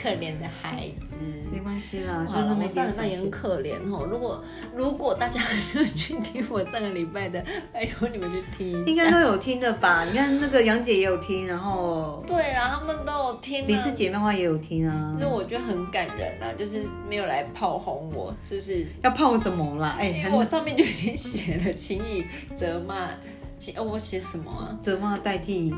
[SPEAKER 2] 可怜的孩子。
[SPEAKER 1] 没关系啦，就
[SPEAKER 2] 好
[SPEAKER 1] 是
[SPEAKER 2] 了，我
[SPEAKER 1] 没
[SPEAKER 2] 上礼拜也很
[SPEAKER 1] 点
[SPEAKER 2] 可怜哦。如果如果大家还没有去听我上个礼拜的，拜托你们去听一
[SPEAKER 1] 应
[SPEAKER 2] 下。
[SPEAKER 1] 该都有听的吧？ 你看那个杨姐也有听，然后
[SPEAKER 2] 对啊啦，他们都有听、啊。
[SPEAKER 1] 李氏姐妹花也有听啊
[SPEAKER 2] 就。是我觉得很感人啊，就是没有来炮轰我，就是
[SPEAKER 1] 要泡什么啦？哎、
[SPEAKER 2] 因为
[SPEAKER 1] 很
[SPEAKER 2] 我上面就已经写了，请以责骂，请哦，我写什么啊？
[SPEAKER 1] 责骂代替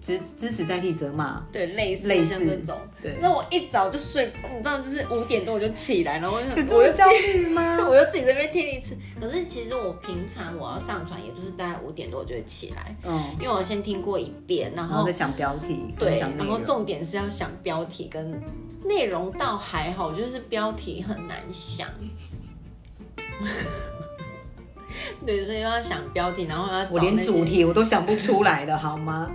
[SPEAKER 1] 支支持代替责骂，
[SPEAKER 2] 对，类似
[SPEAKER 1] 类似
[SPEAKER 2] 像这种。
[SPEAKER 1] 对
[SPEAKER 2] 那我一早就睡，你知道，就是五点多我就起来，然后我就
[SPEAKER 1] 有这啊
[SPEAKER 2] 我
[SPEAKER 1] 么
[SPEAKER 2] 就
[SPEAKER 1] 焦虑 吗？
[SPEAKER 2] 我又自己在那边听你吃。可是其实我平常我要上传，也就是大概五点多我就会起来，
[SPEAKER 1] 嗯，
[SPEAKER 2] 因为我先听过一遍，然
[SPEAKER 1] 然后
[SPEAKER 2] 后
[SPEAKER 1] 在想标题，
[SPEAKER 2] 对，
[SPEAKER 1] 想内
[SPEAKER 2] 然后
[SPEAKER 1] 容
[SPEAKER 2] 重点是要想标题跟内容倒还好，就是标题很难想。 对，所以要想标题，然后要
[SPEAKER 1] 我
[SPEAKER 2] 找
[SPEAKER 1] 连
[SPEAKER 2] 那
[SPEAKER 1] 主
[SPEAKER 2] 些。哦
[SPEAKER 1] 题我都想不出来的，好吗？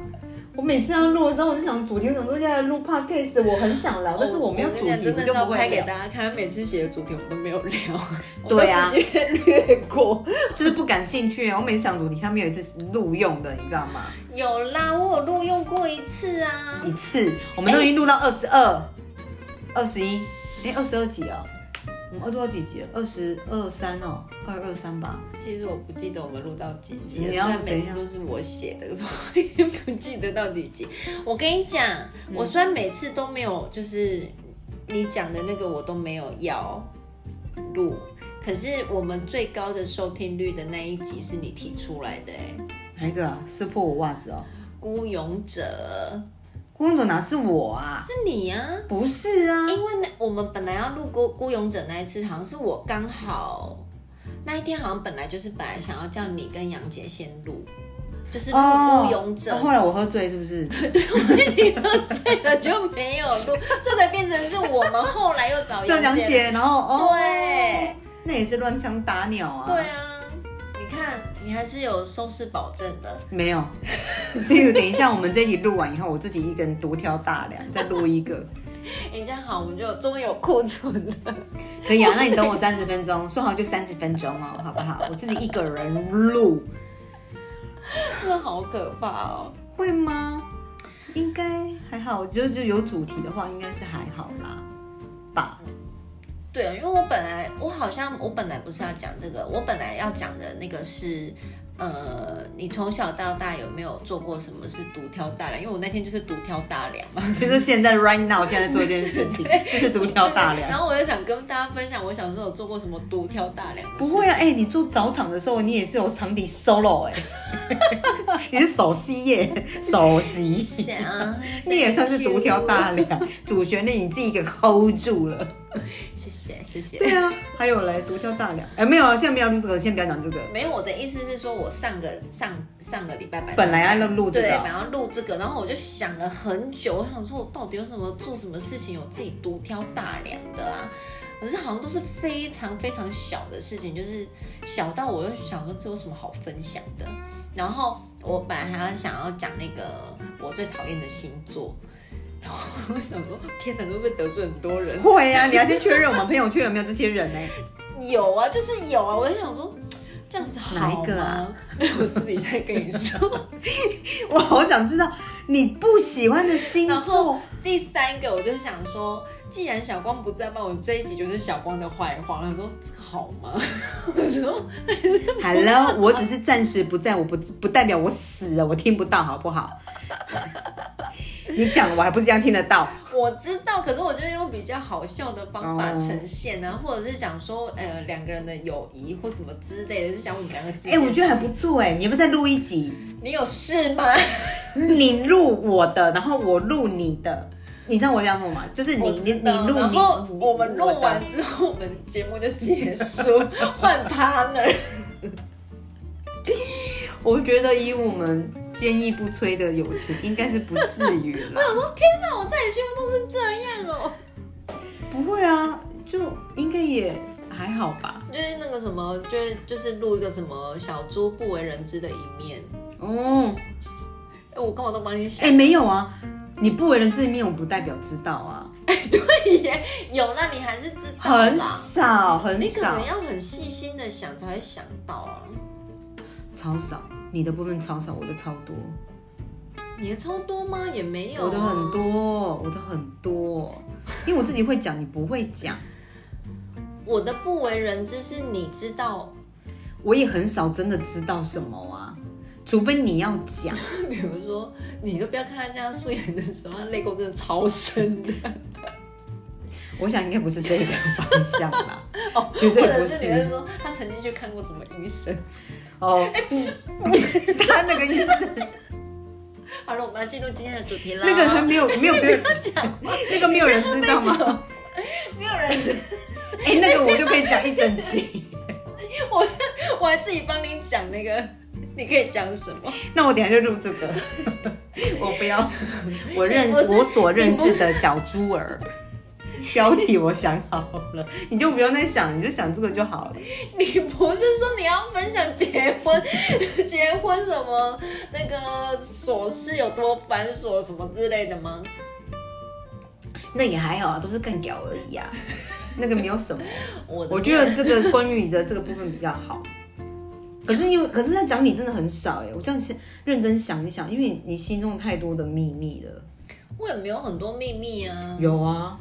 [SPEAKER 1] 我每次要录的时候，我就想主题，我想说要来录 podcast，我很想聊，但是我没有
[SPEAKER 2] 哦跟
[SPEAKER 1] 主
[SPEAKER 2] 你
[SPEAKER 1] 题，
[SPEAKER 2] 讲真的
[SPEAKER 1] 我
[SPEAKER 2] 是
[SPEAKER 1] 就
[SPEAKER 2] 要
[SPEAKER 1] 不
[SPEAKER 2] 拍
[SPEAKER 1] 会
[SPEAKER 2] 给
[SPEAKER 1] 聊，
[SPEAKER 2] 大家看，每次写的主题我们都没有聊，
[SPEAKER 1] 对啊
[SPEAKER 2] 我都直接略过。
[SPEAKER 1] 就是不感兴趣。啊我每次想主题，他们有一次是录用的，你知道吗？
[SPEAKER 2] 有啦，我有录用过一次啊，
[SPEAKER 1] 一次，我们都已经录到二十二、二十一，哎，二十二集哦，我们录到几集了？二十二三哦，二二三吧。
[SPEAKER 2] 其实我不记得我们录到几集了，
[SPEAKER 1] 你
[SPEAKER 2] 虽
[SPEAKER 1] 要
[SPEAKER 2] 然每次
[SPEAKER 1] 等
[SPEAKER 2] 都是我写的，可是我也不记得到底几。我跟你讲，
[SPEAKER 1] 嗯
[SPEAKER 2] 我虽然每次都没有，就是你讲的那个我都没有要录，可是我们最高的收听率的那一集是你提出来的、哎，
[SPEAKER 1] 哪一个啊？撕破我袜子哦！
[SPEAKER 2] 孤勇者
[SPEAKER 1] 孤勇者哪是我啊？
[SPEAKER 2] 是你啊。
[SPEAKER 1] 不是啊，
[SPEAKER 2] 因为那我们本来要录孤孤勇者那一次，好像是我刚好那一天，好像本来就是本来想要叫你跟杨姐先录，就是录
[SPEAKER 1] 哦
[SPEAKER 2] 孤勇者，
[SPEAKER 1] 哦 后来我喝醉是不是？
[SPEAKER 2] 这个就没有录，这才变成是我们后来又找
[SPEAKER 1] 叫杨
[SPEAKER 2] 杨姐。
[SPEAKER 1] 姐，然后哦，
[SPEAKER 2] 对，
[SPEAKER 1] 那也是乱枪打鸟啊。
[SPEAKER 2] 对啊，你看你还是有收视保证的，
[SPEAKER 1] 没有，所以等一下我们这一集录完以后，我自己一个人独挑大梁，再录一个，
[SPEAKER 2] 哎这样好，我们就终于有库存了。
[SPEAKER 1] 可以啊？那你等我三十分钟，说好就三十分钟哦，好不好？我自己一个人录，
[SPEAKER 2] 这好可怕哦！
[SPEAKER 1] 会吗？应该还好，我觉得就有主题的话，应该是还好啦，吧？
[SPEAKER 2] 对啊，因为我本来我好像我本来不是要讲这个，我本来要讲的那个是，呃，你从小到大有没有做过什么是独挑大梁？因为我那天就是独挑大梁 嘛，
[SPEAKER 1] 就是现在 right now 现在做这件事 情，就是独挑大梁
[SPEAKER 2] 然。后我就想跟大家分享，我小时候有做过什么独挑大梁的
[SPEAKER 1] 不
[SPEAKER 2] 事。
[SPEAKER 1] 会啊，哎、你做早场的时候，你也是有长笛 solo 哎、 你是首席耶，首席。
[SPEAKER 2] 想，
[SPEAKER 1] 你也算是独挑大梁，主旋律你自己给 hold 住了。
[SPEAKER 2] 谢谢谢谢。
[SPEAKER 1] 对啊，还有嘞，独挑大梁。哎，没有啊，现在没有录这个，先不要讲这个。
[SPEAKER 2] 没有，我的意思是说，我上个上上个礼拜
[SPEAKER 1] 本来要录这个
[SPEAKER 2] 对，本来要录这个，然后我就想了很久，我想说我到底有什么做什么事情有自己独挑大梁的啊？可是好像都是非常非常小的事情，就是小到我又想说这有什么好分享的？然后我本来还要想要讲那个我最讨厌的星座，然后我想说天哪，会不会得罪很多人？
[SPEAKER 1] 会啊，你要先确认我们朋友圈有没有这些人 呢、
[SPEAKER 2] 有啊，就是有啊，我在想说。这样子好
[SPEAKER 1] 哪一个啊
[SPEAKER 2] 吗？ 我私底下跟你说。
[SPEAKER 1] 我好想知道你不喜欢的星
[SPEAKER 2] 然后
[SPEAKER 1] 座。
[SPEAKER 2] 第三个，我就想说，既然小光不在嘛，我这一集就是小光的坏话。他说这个好吗？ 我说
[SPEAKER 1] Hello，我只是暂时不在，我不不代表我死了，我听不到，好不好？你讲了，我还不是这样听得到。
[SPEAKER 2] 我知道，可是我就用比较好笑的方法
[SPEAKER 1] 哦
[SPEAKER 2] 呈现啊，或者是讲说呃两个人的友谊或什么之类的，就是讲我们两个之
[SPEAKER 1] 哎、
[SPEAKER 2] 间。
[SPEAKER 1] 我觉得还不错哎、你要不要再录一集？
[SPEAKER 2] 你有事吗？
[SPEAKER 1] 你录我的，然后我录你的，你知道我讲什么吗？就是 你
[SPEAKER 2] 我
[SPEAKER 1] 你
[SPEAKER 2] 知
[SPEAKER 1] 你
[SPEAKER 2] 道
[SPEAKER 1] 录
[SPEAKER 2] 然
[SPEAKER 1] 你，
[SPEAKER 2] 后
[SPEAKER 1] 你
[SPEAKER 2] 我们录
[SPEAKER 1] 的
[SPEAKER 2] 完之后，我们节目就结 束，换 partner。
[SPEAKER 1] 我觉得以我们坚毅不摧的友情，应该是不至于啦。
[SPEAKER 2] 我说天哪，我在你心目中是这样哦。
[SPEAKER 1] 不会啊，就应该也还好吧。
[SPEAKER 2] 就是那个什么，就是就是录一个什么小猪不为人知的一面。
[SPEAKER 1] 哦，
[SPEAKER 2] 哎、我干嘛都帮你想
[SPEAKER 1] 哎、？没有啊，你不为人知的一面，我不代表知道啊，
[SPEAKER 2] 耶有，那你还是知道
[SPEAKER 1] 很
[SPEAKER 2] 啦。
[SPEAKER 1] 少很
[SPEAKER 2] 你可
[SPEAKER 1] 少
[SPEAKER 2] 能，要很细心的想才会想到啊。
[SPEAKER 1] 超少。你的部分超少，我的超多，
[SPEAKER 2] 你的超多吗？也没有、
[SPEAKER 1] 我
[SPEAKER 2] 啊，
[SPEAKER 1] 的很。多，我的很多，因为我自己会讲，你不会讲。
[SPEAKER 2] 我的不为人知是你知道，
[SPEAKER 1] 我也很少真的知道什么啊，除非你要讲。
[SPEAKER 2] 比如说，你都不要看他这样素颜的时候，他泪沟真的超深的，
[SPEAKER 1] 我想应该不是这个方向啦，
[SPEAKER 2] 哦，
[SPEAKER 1] 绝对
[SPEAKER 2] 或者
[SPEAKER 1] 不
[SPEAKER 2] 是
[SPEAKER 1] 是
[SPEAKER 2] 你会说他曾经去看
[SPEAKER 1] 嗯
[SPEAKER 2] 过什么医生，
[SPEAKER 1] 哦，他那个意思，
[SPEAKER 2] 好了，我们要进入今天的主题了。
[SPEAKER 1] 那个还没有没有 没有
[SPEAKER 2] 讲话，
[SPEAKER 1] 那个没有人知道吗？
[SPEAKER 2] 没有人知，
[SPEAKER 1] 哎、那个我就可以讲一整集。
[SPEAKER 2] 我 我还自己帮你讲那个，你可以讲什么？
[SPEAKER 1] 那我等一下就录这个， 我不要， 我认
[SPEAKER 2] 你不是
[SPEAKER 1] 我所认识的小猪 儿。标题我想好了，你就不用再想，你就想这个就好了。
[SPEAKER 2] 你不是说你要分享结婚、 结婚什么那个琐事有多繁琐什么之类的吗？
[SPEAKER 1] 那也还好啊，都是干屌而已啊，那个没有什么。
[SPEAKER 2] 我 的
[SPEAKER 1] 我觉得这个关于你的这个部分比较好。 可是因为，可是要讲你真的很少哎、我这样想，认真想一想，因为你心中太多的秘密了。
[SPEAKER 2] 我也没有很多秘密啊。
[SPEAKER 1] 有啊，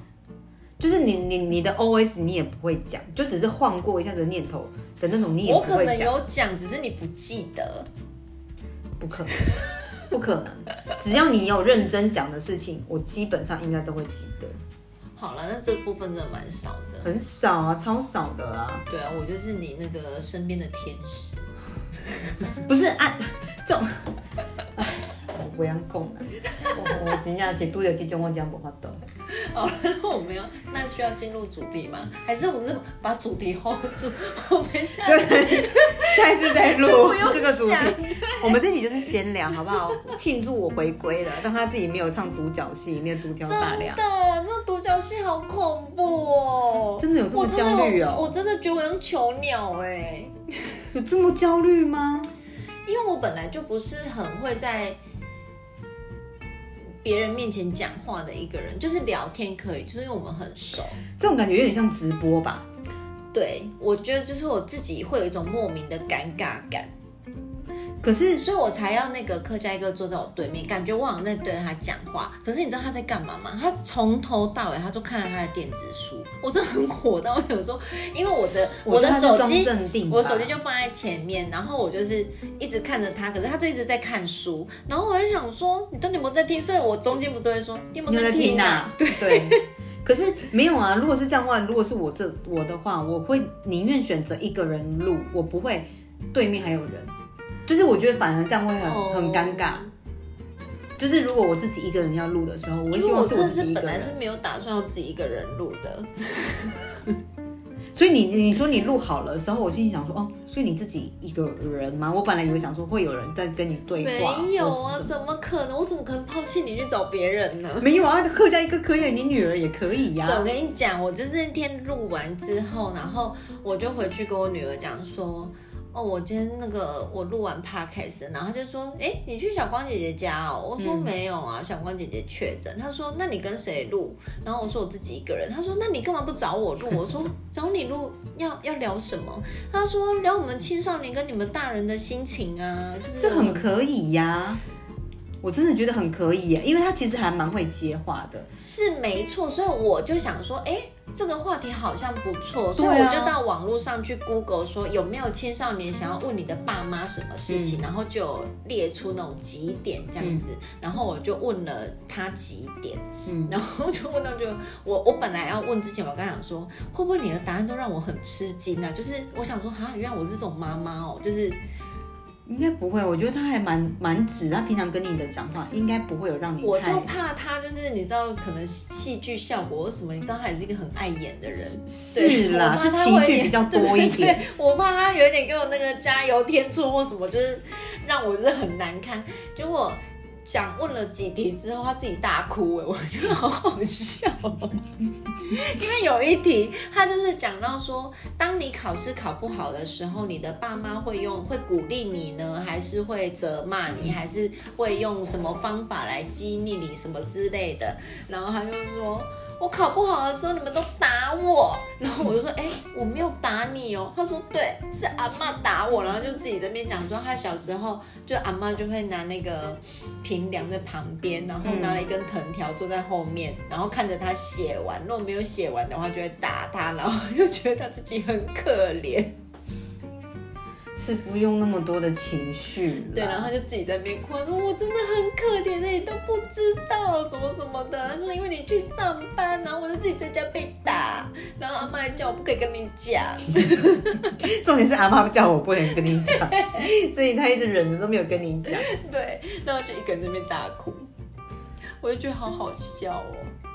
[SPEAKER 1] 就是你你你的 OS 你也不会讲，就只是晃过一下子的念头的那种，你也
[SPEAKER 2] 我
[SPEAKER 1] 不
[SPEAKER 2] 可
[SPEAKER 1] 会
[SPEAKER 2] 能
[SPEAKER 1] 讲，
[SPEAKER 2] 有讲，只是你不记得。
[SPEAKER 1] 不可能， 不可能。只要你有认真讲的事情，我基本上应该都会记得，
[SPEAKER 2] 好了，那这部分真的蛮少的。
[SPEAKER 1] 很少啊，超少的啊，
[SPEAKER 2] 对啊，我就是你那个身边的天使。
[SPEAKER 1] 不是啊，这种，唉我不要讲啊，我我真正是拄着这种我真无法度。
[SPEAKER 2] 好了，那我们要那需要进入主题吗？还是我们是把主题 hold 住？ 我们下
[SPEAKER 1] 对，下一次 再录
[SPEAKER 2] 不用
[SPEAKER 1] 这个主
[SPEAKER 2] 想
[SPEAKER 1] 题。我们这集就是闲聊，好不好？ 庆祝我回归了，让他自己没有唱独角戏，没有独挑大
[SPEAKER 2] 真
[SPEAKER 1] 梁。
[SPEAKER 2] 的，这独角戏好恐怖哦！
[SPEAKER 1] 真的有这么焦虑哦
[SPEAKER 2] 我真的有我真的觉得我像囚鸟哎、
[SPEAKER 1] 有这么焦虑吗？
[SPEAKER 2] 因为我本来就不是很会在别人面前讲话的一个人，就是聊天可以，就是因为我们很熟。
[SPEAKER 1] 这种感觉有点像直播吧？
[SPEAKER 2] 对，我觉得就是我自己会有一种莫名的尴尬感，
[SPEAKER 1] 可是
[SPEAKER 2] 所以我才要那个客家一哥坐在我对面，感觉我好像在对着他讲话。可是你知道他在干嘛吗？他从头到尾他就看着他的电子书，我真的很火到我有时候，因为我 的我
[SPEAKER 1] 觉得
[SPEAKER 2] 的
[SPEAKER 1] 他是
[SPEAKER 2] 手
[SPEAKER 1] 装
[SPEAKER 2] 机
[SPEAKER 1] 镇定吧，
[SPEAKER 2] 我手机就放在前面，然后我就是一直看着他，可是他就一直在看书，然后我就想说，你到底有没有在听？所以我中间不都会说，你有没
[SPEAKER 1] 你有
[SPEAKER 2] 有
[SPEAKER 1] 在
[SPEAKER 2] 在
[SPEAKER 1] 听
[SPEAKER 2] 听
[SPEAKER 1] 啊
[SPEAKER 2] 啊？？
[SPEAKER 1] 对。可是没有啊，如果是这样的话，如果是我这我的话，我会宁愿选择一个人录，我不会对面还有人，就是我觉得反而这样会很、
[SPEAKER 2] 哦
[SPEAKER 1] 很尴尬。就是如果我自己一个人要录的时候，我会
[SPEAKER 2] 因
[SPEAKER 1] 希
[SPEAKER 2] 为
[SPEAKER 1] 望
[SPEAKER 2] 我
[SPEAKER 1] 是
[SPEAKER 2] 真
[SPEAKER 1] 我
[SPEAKER 2] 的
[SPEAKER 1] 自
[SPEAKER 2] 是
[SPEAKER 1] 己一个
[SPEAKER 2] 本来
[SPEAKER 1] 人。
[SPEAKER 2] 是没有打算要自己一个人录的，
[SPEAKER 1] 所以你你说你录好了的时候，我心里想说哦，所以你自己一个人吗？我本来以为想说会有人在跟你 对话，
[SPEAKER 2] 没有
[SPEAKER 1] 或
[SPEAKER 2] 啊，
[SPEAKER 1] 是什么
[SPEAKER 2] 怎么可能？我怎么可能抛弃你去找别人呢？
[SPEAKER 1] 没有啊，客家一个可以，你女儿也可以呀、
[SPEAKER 2] 对，我跟你讲，我就是那天录完之后，然后我就回去跟我女儿讲说，哦，我今天那个我录完 podcast，然后她就说，哎，你去小光姐姐家哦？我
[SPEAKER 1] 嗯
[SPEAKER 2] 说没有啊，小光姐姐确诊。她说，那你跟谁录？然后我说我自己一个人。她说，那你干嘛不找我录？我说找你录要要聊什么？她说聊我们青少年跟你们大人的心情啊，就是
[SPEAKER 1] 这
[SPEAKER 2] 我
[SPEAKER 1] 很
[SPEAKER 2] 们
[SPEAKER 1] 可以呀、我真的觉得很可以耶，因为他其实还蛮会接话的。
[SPEAKER 2] 是没错，所以我就想说，哎、这个话题好像不错，所
[SPEAKER 1] 对
[SPEAKER 2] 以
[SPEAKER 1] 啊
[SPEAKER 2] 我就到网络上去 Google 说有没有青少年想要问你的爸妈什么事
[SPEAKER 1] 嗯
[SPEAKER 2] 情，然后就有列出那种几点这样子，然后我就问了他几点，
[SPEAKER 1] 嗯
[SPEAKER 2] 然后就问到就我我本来要问之前，我刚想说会不会你的答案都让我很吃惊啊？就是我想说，哈，原来我是这种妈妈哦，就是
[SPEAKER 1] 应该不会，我觉得他还蛮蛮直，他平常跟你的讲话应该不会有让你
[SPEAKER 2] 我就
[SPEAKER 1] 太
[SPEAKER 2] 怕他就是你知道可能戏剧效果或什么，你知道他也是一个很爱演的人，
[SPEAKER 1] 是啦，
[SPEAKER 2] 我
[SPEAKER 1] 是
[SPEAKER 2] 怕他
[SPEAKER 1] 情
[SPEAKER 2] 会有
[SPEAKER 1] 绪
[SPEAKER 2] 点
[SPEAKER 1] 比较多一
[SPEAKER 2] 对对
[SPEAKER 1] 点。
[SPEAKER 2] 对我怕他有一点给我那个加油添醋或什么，就是让我就是很难堪。结果讲问了几题之后，他自己大哭哎，我觉得好好笑哦、因为有一题他就是讲到说，当你考试考不好的时候，你的爸妈会用会鼓励你呢，还是会责骂你，还是会用什么方法来激励你什么之类的？然后他就说。我考不好的时候，你们都打我，然后我就说，哎、我没有打你哦。他说，对，是阿嬷打我，然后就自己在那边讲说，他小时候就阿嬷就会拿那个平梁在旁边，然后拿了一根藤条坐在后面，然后看着他写完，如果没有写完的话，就会打他，然后又觉得他自己很可怜，
[SPEAKER 1] 是不用那么多的情绪啦。
[SPEAKER 2] 对，然后他就自己在那边哭，他说我真的很可怜哎、你都 不知道什么什么的，他说因为你去上班，然后我就自己在家被打，然后阿妈还叫我不可以跟你讲，
[SPEAKER 1] 重点是阿妈叫我不能跟你讲， 所以她一直忍着都没有跟你讲。
[SPEAKER 2] 对，然后就一个人在那边大哭，我就觉得好好笑 哦。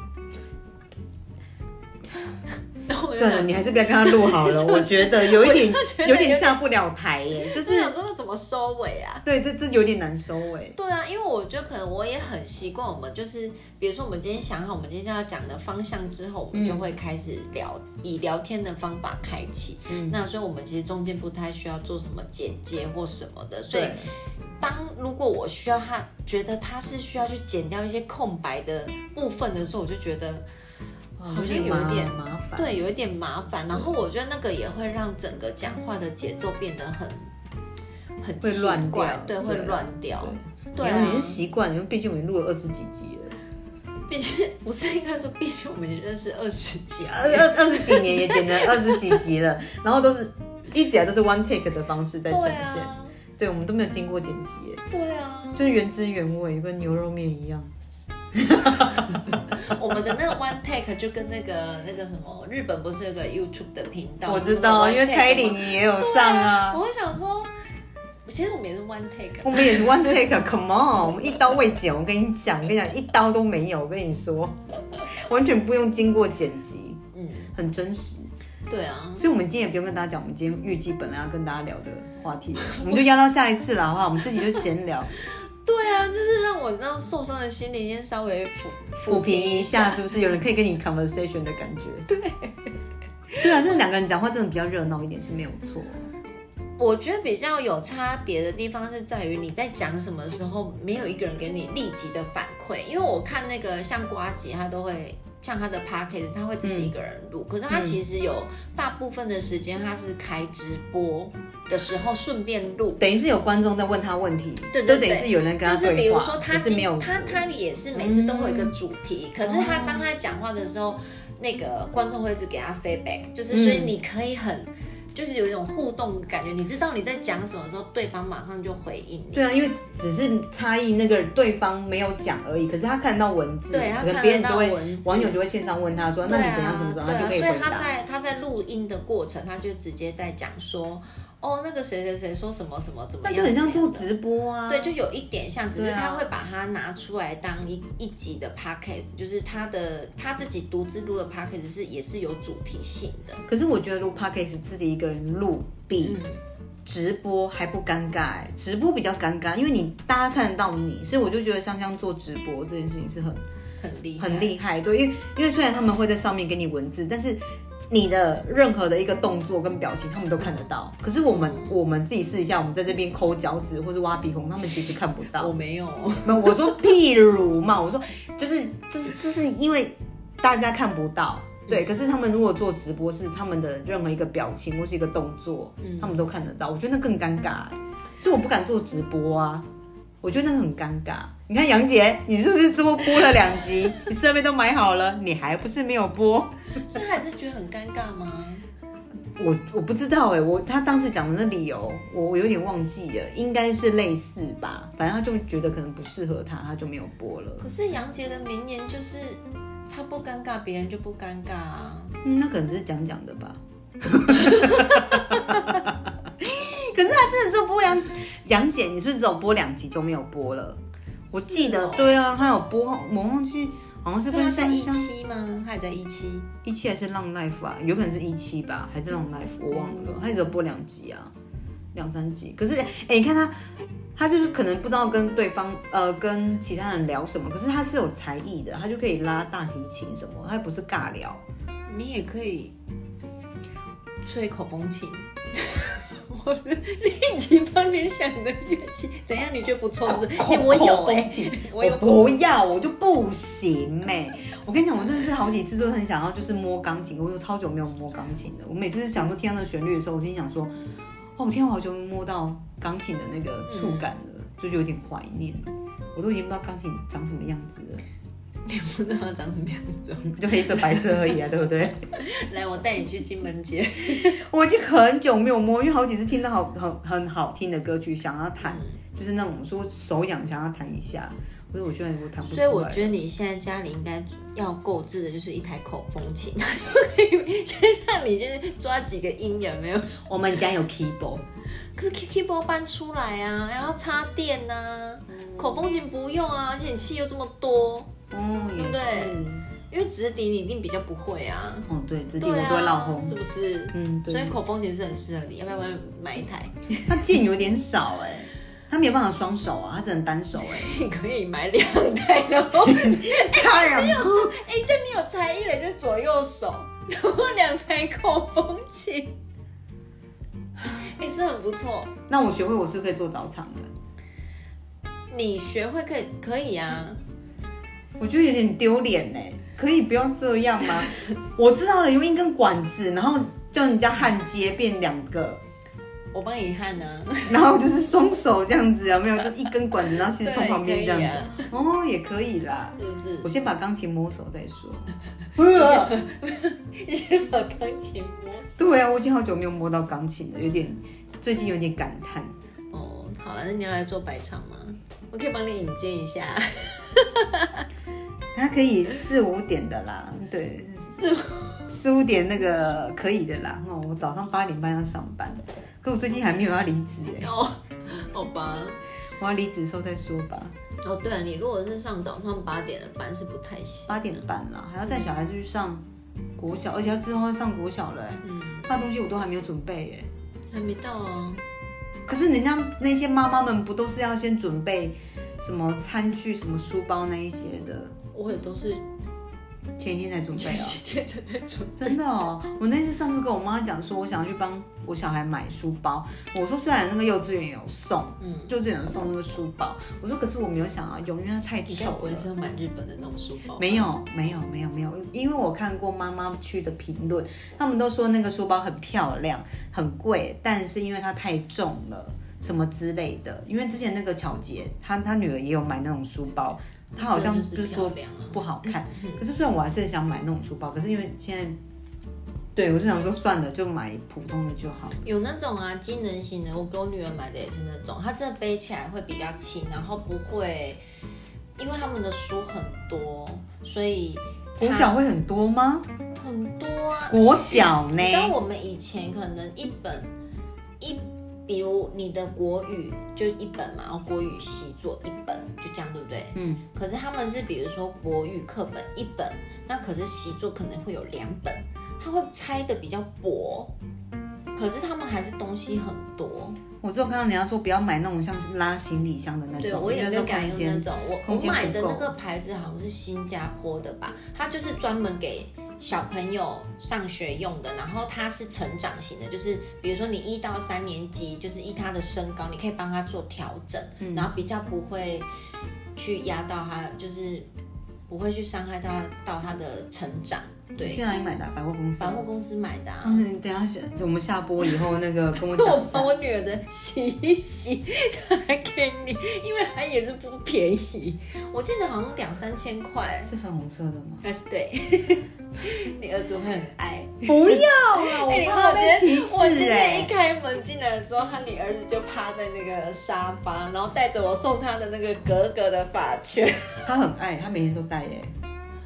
[SPEAKER 2] 然后我就
[SPEAKER 1] 算了，
[SPEAKER 2] 想，
[SPEAKER 1] 你还是不要跟她录好 了。
[SPEAKER 2] 是不是
[SPEAKER 1] 我觉得有一点
[SPEAKER 2] 我就觉得
[SPEAKER 1] 有
[SPEAKER 2] 有
[SPEAKER 1] 点
[SPEAKER 2] 点
[SPEAKER 1] 下不了台耶，就
[SPEAKER 2] 就是是想真的怎么收尾啊？
[SPEAKER 1] 对，这这有点难收尾。
[SPEAKER 2] 对啊，因为我觉得可能我也很习惯，我们就是比如说我们今天想好我们今天要讲的方向之后，我们就
[SPEAKER 1] 嗯
[SPEAKER 2] 会开始聊，以聊天的方法开启。
[SPEAKER 1] 嗯
[SPEAKER 2] 那所以我们其实中间不太需要做什么剪接或什么的。所以
[SPEAKER 1] 对，
[SPEAKER 2] 当如果我需要他觉得他是需要去剪掉一些空白的部分的时候，我就觉得好像有一
[SPEAKER 1] 麻
[SPEAKER 2] 点
[SPEAKER 1] 麻烦。
[SPEAKER 2] 对有一点麻烦。然后我觉得那个也会让整个讲话的节奏变得很很
[SPEAKER 1] 会
[SPEAKER 2] 奇
[SPEAKER 1] 乱
[SPEAKER 2] 怪
[SPEAKER 1] 掉
[SPEAKER 2] 对，会
[SPEAKER 1] 对
[SPEAKER 2] 乱掉。对
[SPEAKER 1] 你
[SPEAKER 2] 啊
[SPEAKER 1] 要，你是习惯，因为毕竟我们录了二十几集了，
[SPEAKER 2] 毕竟不是应该说，毕竟我们也认识二十几啊。
[SPEAKER 1] 二二二十几年也剪了 二十几集了，然后都是一直以来都是 one take 的方 式在呈
[SPEAKER 2] 对
[SPEAKER 1] 现。
[SPEAKER 2] 啊，
[SPEAKER 1] 对，我们都没有经过剪辑耶，
[SPEAKER 2] 对啊，
[SPEAKER 1] 就是原汁原味，跟牛肉面一样。
[SPEAKER 2] 我们的那个 one take 就跟那个那个什么，日本不是有个 YouTube 的频道？
[SPEAKER 1] 我知
[SPEAKER 2] 是那个
[SPEAKER 1] 道，
[SPEAKER 2] one
[SPEAKER 1] 因为
[SPEAKER 2] take
[SPEAKER 1] 蔡依
[SPEAKER 2] 吗
[SPEAKER 1] 林也有
[SPEAKER 2] 对
[SPEAKER 1] 上啊。
[SPEAKER 2] 我会想说，其实我们也是 one take，啊
[SPEAKER 1] 我们也是 one take，come on，我们一刀未剪。我跟你讲，我跟你讲，一刀都没有。我跟你说，完全不用经过剪辑，
[SPEAKER 2] 嗯，
[SPEAKER 1] 很真实。
[SPEAKER 2] 对啊，
[SPEAKER 1] 所以，我们今天也不用跟大家讲，我们今天预计本来要跟大家聊的话题，我们就压到下一次了，好不好？我们自己就闲 聊，
[SPEAKER 2] 对啊，就是让我让受伤的心灵先稍微抚
[SPEAKER 1] 抚平一下，。
[SPEAKER 2] 啊
[SPEAKER 1] 是不是？有人可以 跟你 conversation 的感觉？对，对啊，这两个人讲话真的比较热闹一点是没有错。
[SPEAKER 2] 我觉得比较有差别的地方是在于你在讲什么的时候，没有一个人给你立即的反馈。因为我看那个像瓜吉，他都会像他的 p a c k a g e 他会自己一个人录，可是他其实有大部分的时间他是开直播的时候顺便录。
[SPEAKER 1] 等于是有观众在问他问题，
[SPEAKER 2] 对对
[SPEAKER 1] 就等于是有人跟他
[SPEAKER 2] 就是
[SPEAKER 1] 对话，
[SPEAKER 2] 比如说他
[SPEAKER 1] 只是
[SPEAKER 2] 今
[SPEAKER 1] 没有嗯
[SPEAKER 2] 他他也是每次都会有一个主题，可是他当他讲话的时候，那个观众会一直给他 feedback，就是
[SPEAKER 1] 嗯
[SPEAKER 2] 所以你可以很。就是有一种互动感觉，你知道你在讲什么的时候，对方马上就回应你。
[SPEAKER 1] 对啊，因为只是差异那个对方没有讲而已，可是他看到文字，
[SPEAKER 2] 对他
[SPEAKER 1] 可能
[SPEAKER 2] 看
[SPEAKER 1] 别人
[SPEAKER 2] 得
[SPEAKER 1] 就
[SPEAKER 2] 到
[SPEAKER 1] 会
[SPEAKER 2] 文字
[SPEAKER 1] 网友就会线上问他说，那
[SPEAKER 2] 对
[SPEAKER 1] 你
[SPEAKER 2] 啊，
[SPEAKER 1] 怎样怎么怎么，
[SPEAKER 2] 对
[SPEAKER 1] 他就
[SPEAKER 2] 啊，
[SPEAKER 1] 可以
[SPEAKER 2] 所以
[SPEAKER 1] 回
[SPEAKER 2] 他
[SPEAKER 1] 答。
[SPEAKER 2] 在他在录音的过程，他就直接在讲说，哦，那个谁谁谁说什么什么怎么
[SPEAKER 1] 那
[SPEAKER 2] 样，
[SPEAKER 1] 就很像
[SPEAKER 2] 怎
[SPEAKER 1] 做
[SPEAKER 2] 么样的
[SPEAKER 1] 直播啊，
[SPEAKER 2] 嗯对，就有一点像，只
[SPEAKER 1] 对
[SPEAKER 2] 是
[SPEAKER 1] 啊
[SPEAKER 2] 他会把它拿出来当一一集的 podcast，就是他的他自己独自录的 podcast 是也是有主题性的。
[SPEAKER 1] 可是我觉得录 podcast 自己一个人录比
[SPEAKER 2] 嗯
[SPEAKER 1] 直播还不尴尬、欸，直播比较尴尬，因为你大家看得到你，所以我就觉得香香做直播这件事情是很
[SPEAKER 2] 嗯很厉害，
[SPEAKER 1] 很厉害，对，因为因为虽然他们会在上面给你文字，但是你的任何的一个动作跟表情，他们都看得到。可是我们我们自己试一下，我们在这边抠脚趾或是挖鼻孔，他们其实看不
[SPEAKER 2] 我
[SPEAKER 1] 到。
[SPEAKER 2] 没有，
[SPEAKER 1] 没有，我说譬如嘛，我说就是这是这是因为大家看不到。对，可是他们如果做直播，是他们的任何一个表情或是一个动作，他们都看得到。我觉得那更尴尬、所以我不敢做直播啊。我觉得那个很尴尬。你看杨姐，你是不是多播了两集？你设备都买好了，你还不是没有播？
[SPEAKER 2] 所以还 是觉得很尴尬吗？
[SPEAKER 1] 我我不知道哎、我他当时讲的那理由，我我有点忘记了，应该是类似吧。反正他就觉得可能不适合他，他就没有播了。
[SPEAKER 2] 可是杨杰的名言就是他不尴尬，别人就不尴尬啊。
[SPEAKER 1] 嗯，那可能是讲讲的吧。 可是他真的只有播两集，杨姐，你是不是只有播两集就没有播了？我记得，
[SPEAKER 2] 是哦啊
[SPEAKER 1] 对啊，他有播，我忘记好像是
[SPEAKER 2] 所以他
[SPEAKER 1] 跟
[SPEAKER 2] 在
[SPEAKER 1] 香
[SPEAKER 2] 一
[SPEAKER 1] 香
[SPEAKER 2] 期吗？他也在一期，
[SPEAKER 1] 一期还是浪 life 啊，有可能是一期吧，还是浪 life，我忘
[SPEAKER 2] 嗯
[SPEAKER 1] 了，他只有播两集啊，两三集。可是，哎、你看他，他就是可能不知道跟对方，呃，跟其他人聊什么，可是他是有才艺的，他就可以拉大提琴什么，他不是尬聊。
[SPEAKER 2] 你也可以吹口风琴。 我是立即帮你想的乐器，怎样？你觉得不错是不是？ 哎，我有哎、
[SPEAKER 1] 我
[SPEAKER 2] 我有
[SPEAKER 1] 不要，我就不行哎、我跟你讲，我真的是好几次都很想要，就是摸钢琴，我有超久没有摸钢琴的。我每次想说听到那个旋律的时候，我心想说，哦，天啊，我好久没摸到钢琴的那个触感
[SPEAKER 2] 嗯
[SPEAKER 1] 了，就有点怀念。我都已经不知道钢琴长什么样子了，
[SPEAKER 2] 不知道它长什么样子。
[SPEAKER 1] 就黑色白色而已啊，对不对？
[SPEAKER 2] 来，我带你去金门街。
[SPEAKER 1] 我已经很久没有摸，因为好几次听
[SPEAKER 2] 嗯
[SPEAKER 1] 到好很很好听的歌曲，想要弹，就是那种说手痒想要弹一下，所以我现在我弹不出
[SPEAKER 2] 所
[SPEAKER 1] 来。
[SPEAKER 2] 以我觉得你现在家里应该要购置的就是一台口风琴， 它就可以先让你就是抓几个音有没有？
[SPEAKER 1] 我们家有 keyboard，
[SPEAKER 2] 可是 Kiki 包搬出来啊，然后插电呐、啊，
[SPEAKER 1] 嗯
[SPEAKER 2] 口风琴不用啊，而且你器又这么多，
[SPEAKER 1] 哦，也是
[SPEAKER 2] 对，因为直笛你一定比较不会啊，
[SPEAKER 1] 哦对，这地
[SPEAKER 2] 对
[SPEAKER 1] 我都会闹
[SPEAKER 2] 啊，
[SPEAKER 1] 红。
[SPEAKER 2] 是不是？
[SPEAKER 1] 嗯，
[SPEAKER 2] 所以
[SPEAKER 1] 对，
[SPEAKER 2] 口风琴是很适合你，要不要买一台？
[SPEAKER 1] 他键有点少哎、他没有办法双手啊，他只能单手哎、
[SPEAKER 2] 你可以买两台，然 后
[SPEAKER 1] 太阳
[SPEAKER 2] 哎、这你有才艺了，就左右手， 然后两台口风 琴，哎、是很不错。
[SPEAKER 1] 那我学会我是可以做早场的，
[SPEAKER 2] 你学会可以可以啊，
[SPEAKER 1] 我觉得有点丢脸呢。可以不要这样吗？我知道了，用一根管子，然后叫人家焊接变两个，
[SPEAKER 2] 我帮你焊啊。
[SPEAKER 1] 然后就是双手这样子，有啊没有？就一根管子，然后其实从
[SPEAKER 2] 对
[SPEAKER 1] 旁边这样子，
[SPEAKER 2] 可啊
[SPEAKER 1] 哦，也可以啦。
[SPEAKER 2] 是不是
[SPEAKER 1] 我？先把钢琴摸手再 说。
[SPEAKER 2] 你先把钢琴摸死。
[SPEAKER 1] 对啊，我已经好久没有摸到钢琴了，有点最近有点感叹。
[SPEAKER 2] 哦，好了，那你要来做白场吗？我可以帮你引荐一下，
[SPEAKER 1] 它可以四五点的啦，对，四四五点那个可以的啦。哦，我早上八点半要上班，可我最近还没有要离职哎，
[SPEAKER 2] 哦，好吧。
[SPEAKER 1] 我要离职的时候再说吧。
[SPEAKER 2] 哦，对了，你如果是上早上八点的班是不太行。
[SPEAKER 1] 八点半啦，还要带小孩子去上国小，而且他之后要上国小了哎，
[SPEAKER 2] 嗯，
[SPEAKER 1] 那东西我都还没有准备哎。
[SPEAKER 2] 还没到啊。
[SPEAKER 1] 可是人家那些妈妈们不都是要先准备什么餐具、什么书包那一些的，
[SPEAKER 2] 我也都是
[SPEAKER 1] 前一天才准备
[SPEAKER 2] 前
[SPEAKER 1] 啊、
[SPEAKER 2] 几天才在准备。
[SPEAKER 1] 真的哦，我那次上次跟我妈讲说，我想要去帮我小孩买书包。我说虽然那个幼稚园有送，
[SPEAKER 2] 嗯
[SPEAKER 1] 幼稚园有送那个书包，我说可是我没有想要用，因为它太
[SPEAKER 2] 你该
[SPEAKER 1] 丑
[SPEAKER 2] 不会
[SPEAKER 1] 了。
[SPEAKER 2] 是要买日本的那种书包吧？
[SPEAKER 1] 没有，没有，没有，没有，因为我看过妈妈去的评论，他们都说那个书包很漂亮，很贵，但是因为它太重了，什么之类的。因为之前那个巧杰，她她女儿也有买那种书包，她好像
[SPEAKER 2] 就是
[SPEAKER 1] 就是说
[SPEAKER 2] 漂亮啊。
[SPEAKER 1] 不好看。可是虽然我还是很想买那种书包，可是因为现在，对我就想说算了，就买普通的就好。
[SPEAKER 2] 有那种啊，机能型的，我给我女儿买的也是那种，她真的背起来会比较轻，然后不会，因为他们的书很多，所以
[SPEAKER 1] 国小会很多吗？
[SPEAKER 2] 很多啊。
[SPEAKER 1] 国小呢
[SPEAKER 2] 你？知道我们以前可能一本一，比如你的国语就一本嘛，然后国语习作一本，就这样，对不对？
[SPEAKER 1] 嗯，
[SPEAKER 2] 可是他们是比如说国语课本一本，那可是习作可能会有两本，他会拆的比较薄，可是他们还是东西很多。
[SPEAKER 1] 我只有看到人家说不要买那种像是拉行李箱的那
[SPEAKER 2] 对，
[SPEAKER 1] 种，
[SPEAKER 2] 我也没有敢
[SPEAKER 1] 感
[SPEAKER 2] 用那
[SPEAKER 1] 觉
[SPEAKER 2] 种。我
[SPEAKER 1] 空
[SPEAKER 2] 我
[SPEAKER 1] 间
[SPEAKER 2] 买的
[SPEAKER 1] 不够
[SPEAKER 2] 那个牌子好像是新加坡的吧，它就是专门给小朋友上学用的。然后它是成长型的，就是比如说你一到三年级，就是依他的身高，你可以帮他做调整，
[SPEAKER 1] 嗯
[SPEAKER 2] 然后比较不会去压到他，就是不会去伤害到到他的成长。
[SPEAKER 1] 你去
[SPEAKER 2] 对，
[SPEAKER 1] 哪里买的啊、百货公司
[SPEAKER 2] 百。货公司买的、啊。
[SPEAKER 1] 嗯，你等一下下我们下播以后那个跟我讲
[SPEAKER 2] 我
[SPEAKER 1] 一
[SPEAKER 2] 把
[SPEAKER 1] 下。
[SPEAKER 2] 我女儿的洗一洗， 还给你，因为它也是不便宜，我记得好像两三千块。
[SPEAKER 1] 是粉红色的吗？
[SPEAKER 2] 但是对， 你儿子会很爱。
[SPEAKER 1] 不要啦，
[SPEAKER 2] 哎、
[SPEAKER 1] 我
[SPEAKER 2] 你看
[SPEAKER 1] 怕
[SPEAKER 2] 我
[SPEAKER 1] 被歧
[SPEAKER 2] 今天我今
[SPEAKER 1] 视
[SPEAKER 2] 天一
[SPEAKER 1] 哎、
[SPEAKER 2] 开门进来的时候，他你儿子就趴在那个沙发，然后带着我送他的那个格格的发圈。
[SPEAKER 1] 他很爱，他每天都戴哎、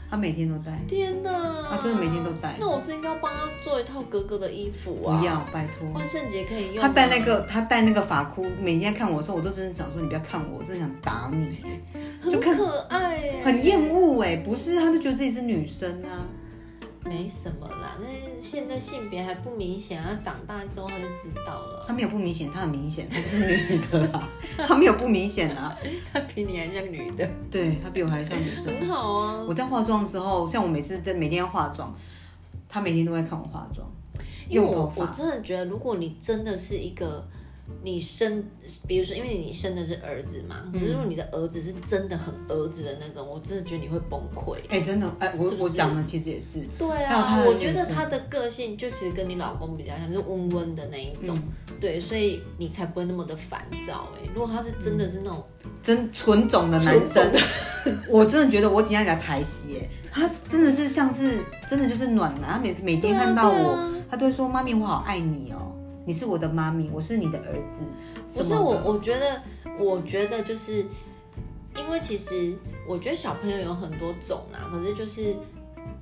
[SPEAKER 1] 他每天都戴。
[SPEAKER 2] 天哪！
[SPEAKER 1] 他真的每天都戴
[SPEAKER 2] 那我是应该帮他做一套格格的衣服啊？
[SPEAKER 1] 不要，，拜托。
[SPEAKER 2] 万圣节可以用、
[SPEAKER 1] 他戴那，个，他戴那个发箍，每天看我的时候，我都真的想说，你不要看我，我真的想打你，欸
[SPEAKER 2] 很可爱、欸，
[SPEAKER 1] 很厌恶哎，不是，他就觉得自己是女生啊，
[SPEAKER 2] 没什么啦，那现在性别还不明显，他长大之后他就知道了。
[SPEAKER 1] 他没有不明显，他很明显，他就是女的啊，他没有不明显啊，
[SPEAKER 2] 他比你还像女的，
[SPEAKER 1] 对他比我还像女生。
[SPEAKER 2] 很好啊
[SPEAKER 1] 我。在化妆的时候，像我每次在每天要化妆，他每天都在看我化妆，
[SPEAKER 2] 因为
[SPEAKER 1] 用头
[SPEAKER 2] 我
[SPEAKER 1] 发
[SPEAKER 2] 我真的觉得，如果你真的是一个你生，比如说，因为你生的是儿子嘛，
[SPEAKER 1] 嗯
[SPEAKER 2] 可是如果你的儿子是真的很儿子的那种，我真的觉得你会崩溃。
[SPEAKER 1] 哎、真的，哎、我
[SPEAKER 2] 是不是
[SPEAKER 1] 我讲的其实也是，
[SPEAKER 2] 对
[SPEAKER 1] 还有他
[SPEAKER 2] 啊，
[SPEAKER 1] 的
[SPEAKER 2] 我觉
[SPEAKER 1] 人
[SPEAKER 2] 得
[SPEAKER 1] 生
[SPEAKER 2] 他的个性就其实跟你老公比较像，就是温温的那一种，
[SPEAKER 1] 嗯
[SPEAKER 2] 对，所以你才不会那么的烦躁、欸。如果他是真的是那种
[SPEAKER 1] 真纯种的男生， 我真的觉得我今天给他抬起耶，他真的是像是真的就是暖男，他每每天看到
[SPEAKER 2] 对
[SPEAKER 1] 我，
[SPEAKER 2] 啊
[SPEAKER 1] 他都会说妈咪我好爱你哦，你是我的妈咪，我是你的儿子，
[SPEAKER 2] 不是
[SPEAKER 1] 什么
[SPEAKER 2] 我
[SPEAKER 1] 的，
[SPEAKER 2] 我觉得，我觉得就是因为其实我觉得小朋友有很多种啦，可是就是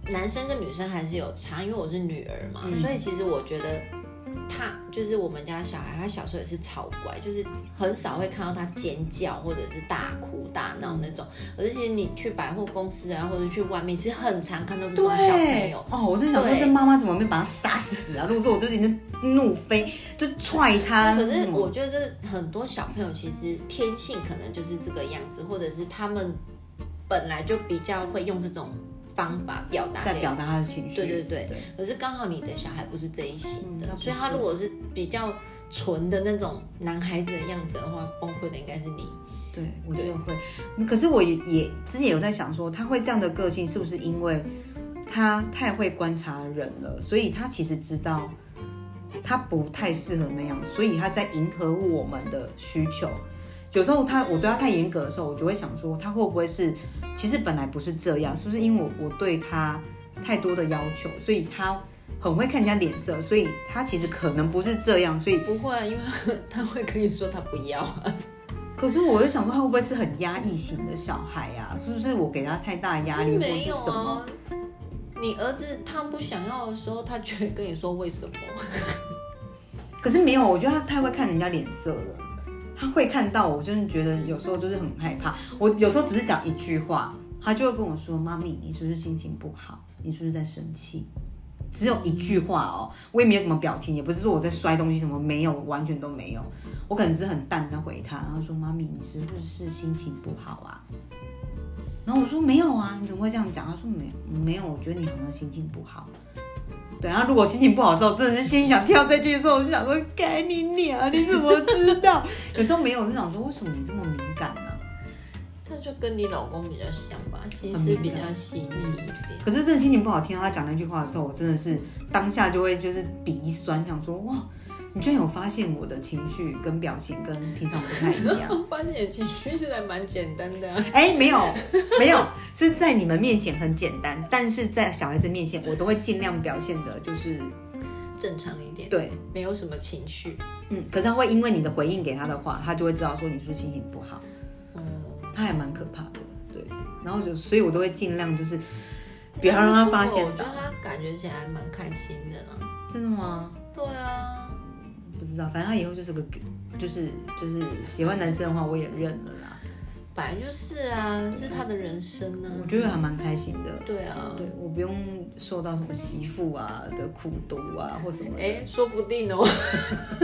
[SPEAKER 2] 男生跟女生还是有差，因为我是女儿嘛，
[SPEAKER 1] 嗯
[SPEAKER 2] 所以其实我觉得他就是我们家小孩，他小时候也是超乖，就是很少会看到他尖叫或者是大哭大闹那种。可是其实你去百货公司啊，或者去外面，其实很常看到这种小朋友。
[SPEAKER 1] 哦，我真想说，
[SPEAKER 2] 对
[SPEAKER 1] 这妈妈怎么没把他杀死啊？如果说我就已经怒飞，就踹他。
[SPEAKER 2] 可是
[SPEAKER 1] 嗯
[SPEAKER 2] 我觉得这很多小朋友其实天性可能就是这个样子，或者是他们本来就比较会用这种方法表达
[SPEAKER 1] 在
[SPEAKER 2] 给
[SPEAKER 1] 表达他的情绪，
[SPEAKER 2] 对对对，可是刚好你的小孩不是这一型的，
[SPEAKER 1] 嗯他不
[SPEAKER 2] 所以他
[SPEAKER 1] 是
[SPEAKER 2] 如果是比较纯的那种男孩子的样子的话，崩溃的应该是你。
[SPEAKER 1] 对，我觉得会。可是我也也之前有在想说，他会这样的个性，是不是因为他太会观察人了，所以他其实知道他不太适合那样，所以他在迎合我们的需求。有时候他我对他太严格的时候，我就会想说，他会不会是其实本来不是这样，是不是因为我我对他太多的要求，所以他很会看人家脸色，所以他其实可能不是这样，所以
[SPEAKER 2] 不会啊，因为他会跟你说他不 要啊。
[SPEAKER 1] 可是我就想说，他会不会是很压抑型的小孩啊？是不是我给他太大压力，或
[SPEAKER 2] 没
[SPEAKER 1] 是
[SPEAKER 2] 有
[SPEAKER 1] 什么？
[SPEAKER 2] 啊。你儿子他不想要的时候，他就会跟你说为什么。
[SPEAKER 1] 可是没有，我觉得他太会看人家脸色了，他会看到我，真的觉得有时候就是很害怕。我有时候只是讲一句话，他就会跟我说：“妈咪，你是不是心情不好？你是不是在生气？”只有一句话哦，我也没有什么表情，也不是说我在摔东西什么，没有，完全都没有。我可能只是很淡的回他，然后说：“妈咪，你是不是心情不好啊？”然后我说没有啊，你怎么会这样讲？他说没没有，我觉得你好像心情不好。对，然后如果心情不好的时候，真的是心想跳这句的时候，我就想说该你娘，你怎么知道？ 有时候没有，我就想说为什么你这么敏感呢、
[SPEAKER 2] 他就跟你老公比较像吧，心思比较细腻一点。
[SPEAKER 1] 可是真的心情不好，听到他讲那句话的时候，我真的是当下就会就是鼻酸，想说哇，你居然有发现我的情绪跟表情跟平常不太一样。
[SPEAKER 2] 我 发现你情绪现在蛮简单的啊、
[SPEAKER 1] 哎，没有，没有，是在你们面前很简单，但是在小孩子面前，我都会尽量表现的，就是
[SPEAKER 2] 正常一点，
[SPEAKER 1] 对，
[SPEAKER 2] 没有什么情绪。
[SPEAKER 1] 嗯。可是他会因为你的回应给他的话，他就会知道说你是不是心情不好，
[SPEAKER 2] 嗯，
[SPEAKER 1] 他还蛮可怕的，对。然后就，所以我都会尽量就是不要让他发现
[SPEAKER 2] 我觉
[SPEAKER 1] 到
[SPEAKER 2] 得。他感觉起来蛮开心的啦。
[SPEAKER 1] 真的吗？
[SPEAKER 2] 对啊，
[SPEAKER 1] 不知道，反正他以后就是个，就是就是喜欢男生的话，我也认了啦。
[SPEAKER 2] 本来就是啊，是他的人生呢、
[SPEAKER 1] 我觉得还蛮开心的，
[SPEAKER 2] 对啊，
[SPEAKER 1] 对我不用受到什么媳妇啊的苦毒啊或什么的。
[SPEAKER 2] 哎，说不定哦，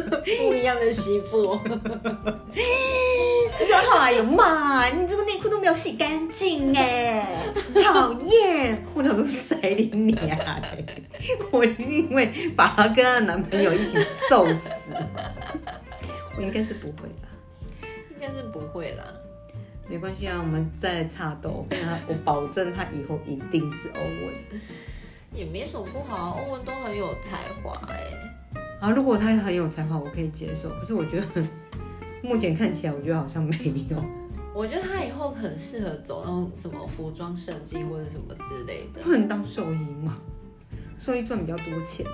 [SPEAKER 2] 不一样的媳妇哦。
[SPEAKER 1] 他说：“哎呦妈，你这个内裤都没有洗干净哎，讨厌！”我想说谁理你啊？我一定会把她跟她的男朋友一起揍死。我应该是不会啦，
[SPEAKER 2] 应该是不会啦。
[SPEAKER 1] 没关系啊，我们再来插斗，跟她我保证他以后一定是欧文。
[SPEAKER 2] 也没什么不好啊，欧文都很有才华哎、
[SPEAKER 1] 啊，如果他很有才华，我可以接受。可是我觉得目前看起来，我觉得好像没有。
[SPEAKER 2] 我觉得他以后很适合走那种什么服装设计或者什么之类的
[SPEAKER 1] 不。能当兽医吗？兽医赚比较多钱呢、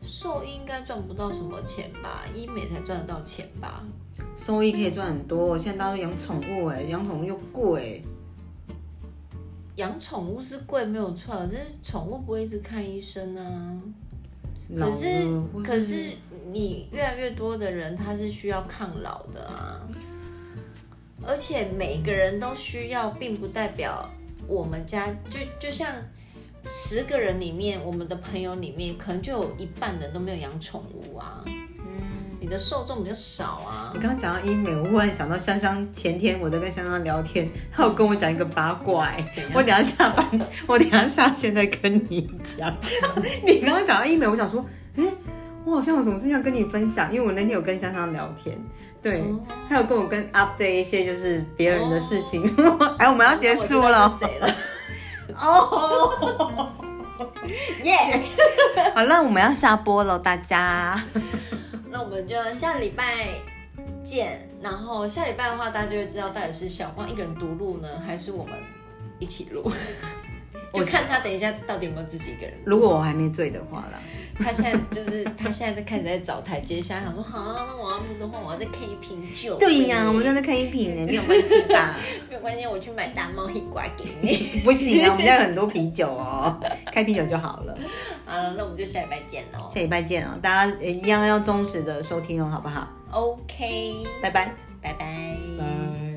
[SPEAKER 2] 兽医应该赚不到什么钱吧，医美才赚得到钱吧。
[SPEAKER 1] 兽医可以赚很多。现在大家都养宠物、哎，养宠物又贵、
[SPEAKER 2] 养宠物是贵没有错，只是宠物不会一直看医生啊。
[SPEAKER 1] 老
[SPEAKER 2] 可
[SPEAKER 1] 了
[SPEAKER 2] 是
[SPEAKER 1] 或
[SPEAKER 2] 可是你越来越多的人他是需要抗老的啊，而且每个人都需要，并不代表我们家就就像十个人里面，我们的朋友里面可能就有一半人都没有养宠物啊，
[SPEAKER 1] 嗯，
[SPEAKER 2] 你的受众比较少啊
[SPEAKER 1] 你。刚刚讲到医美，我忽然想到香香前天我在跟香香聊天，她有跟我讲一个八卦、哎
[SPEAKER 2] 怎样
[SPEAKER 1] 我等一下下班，我等一下下线再跟你讲。 你刚刚讲到医美，我想说，哎、我好像有什么事情要跟你分享，因为我那天有跟香香聊天，对，
[SPEAKER 2] 哦
[SPEAKER 1] 她有跟我跟 update 一些就是别人的事情。 哎，我们要结束
[SPEAKER 2] 哦那我
[SPEAKER 1] 了
[SPEAKER 2] 知道是谁了？
[SPEAKER 1] 哦，
[SPEAKER 2] 耶、
[SPEAKER 1] 好了，我们要下播了，大家。
[SPEAKER 2] 那我们就下礼拜见。然后下礼拜的话，大家就会知道到底是小光一个人独录呢，还是我们一起 录。就看他等一下到底有没有自己一个人。
[SPEAKER 1] 如果我还没醉的话啦，
[SPEAKER 2] 他现在就是他现在在开始在找台阶下，想说好、那我要录的话，我要再开一瓶酒。
[SPEAKER 1] 对呀、我们正在看一瓶呢，没有关系吧？
[SPEAKER 2] 没有关系，我去买大猫一瓜给你。
[SPEAKER 1] 不行啊，我们家有很多啤酒哦，开啤酒就好了。
[SPEAKER 2] 好了，那我们就下礼拜见喽。
[SPEAKER 1] 下礼拜见哦，大家呃一样要忠实的收听哦，好不好？
[SPEAKER 2] OK，
[SPEAKER 1] 拜拜，
[SPEAKER 2] 拜拜。
[SPEAKER 1] 拜。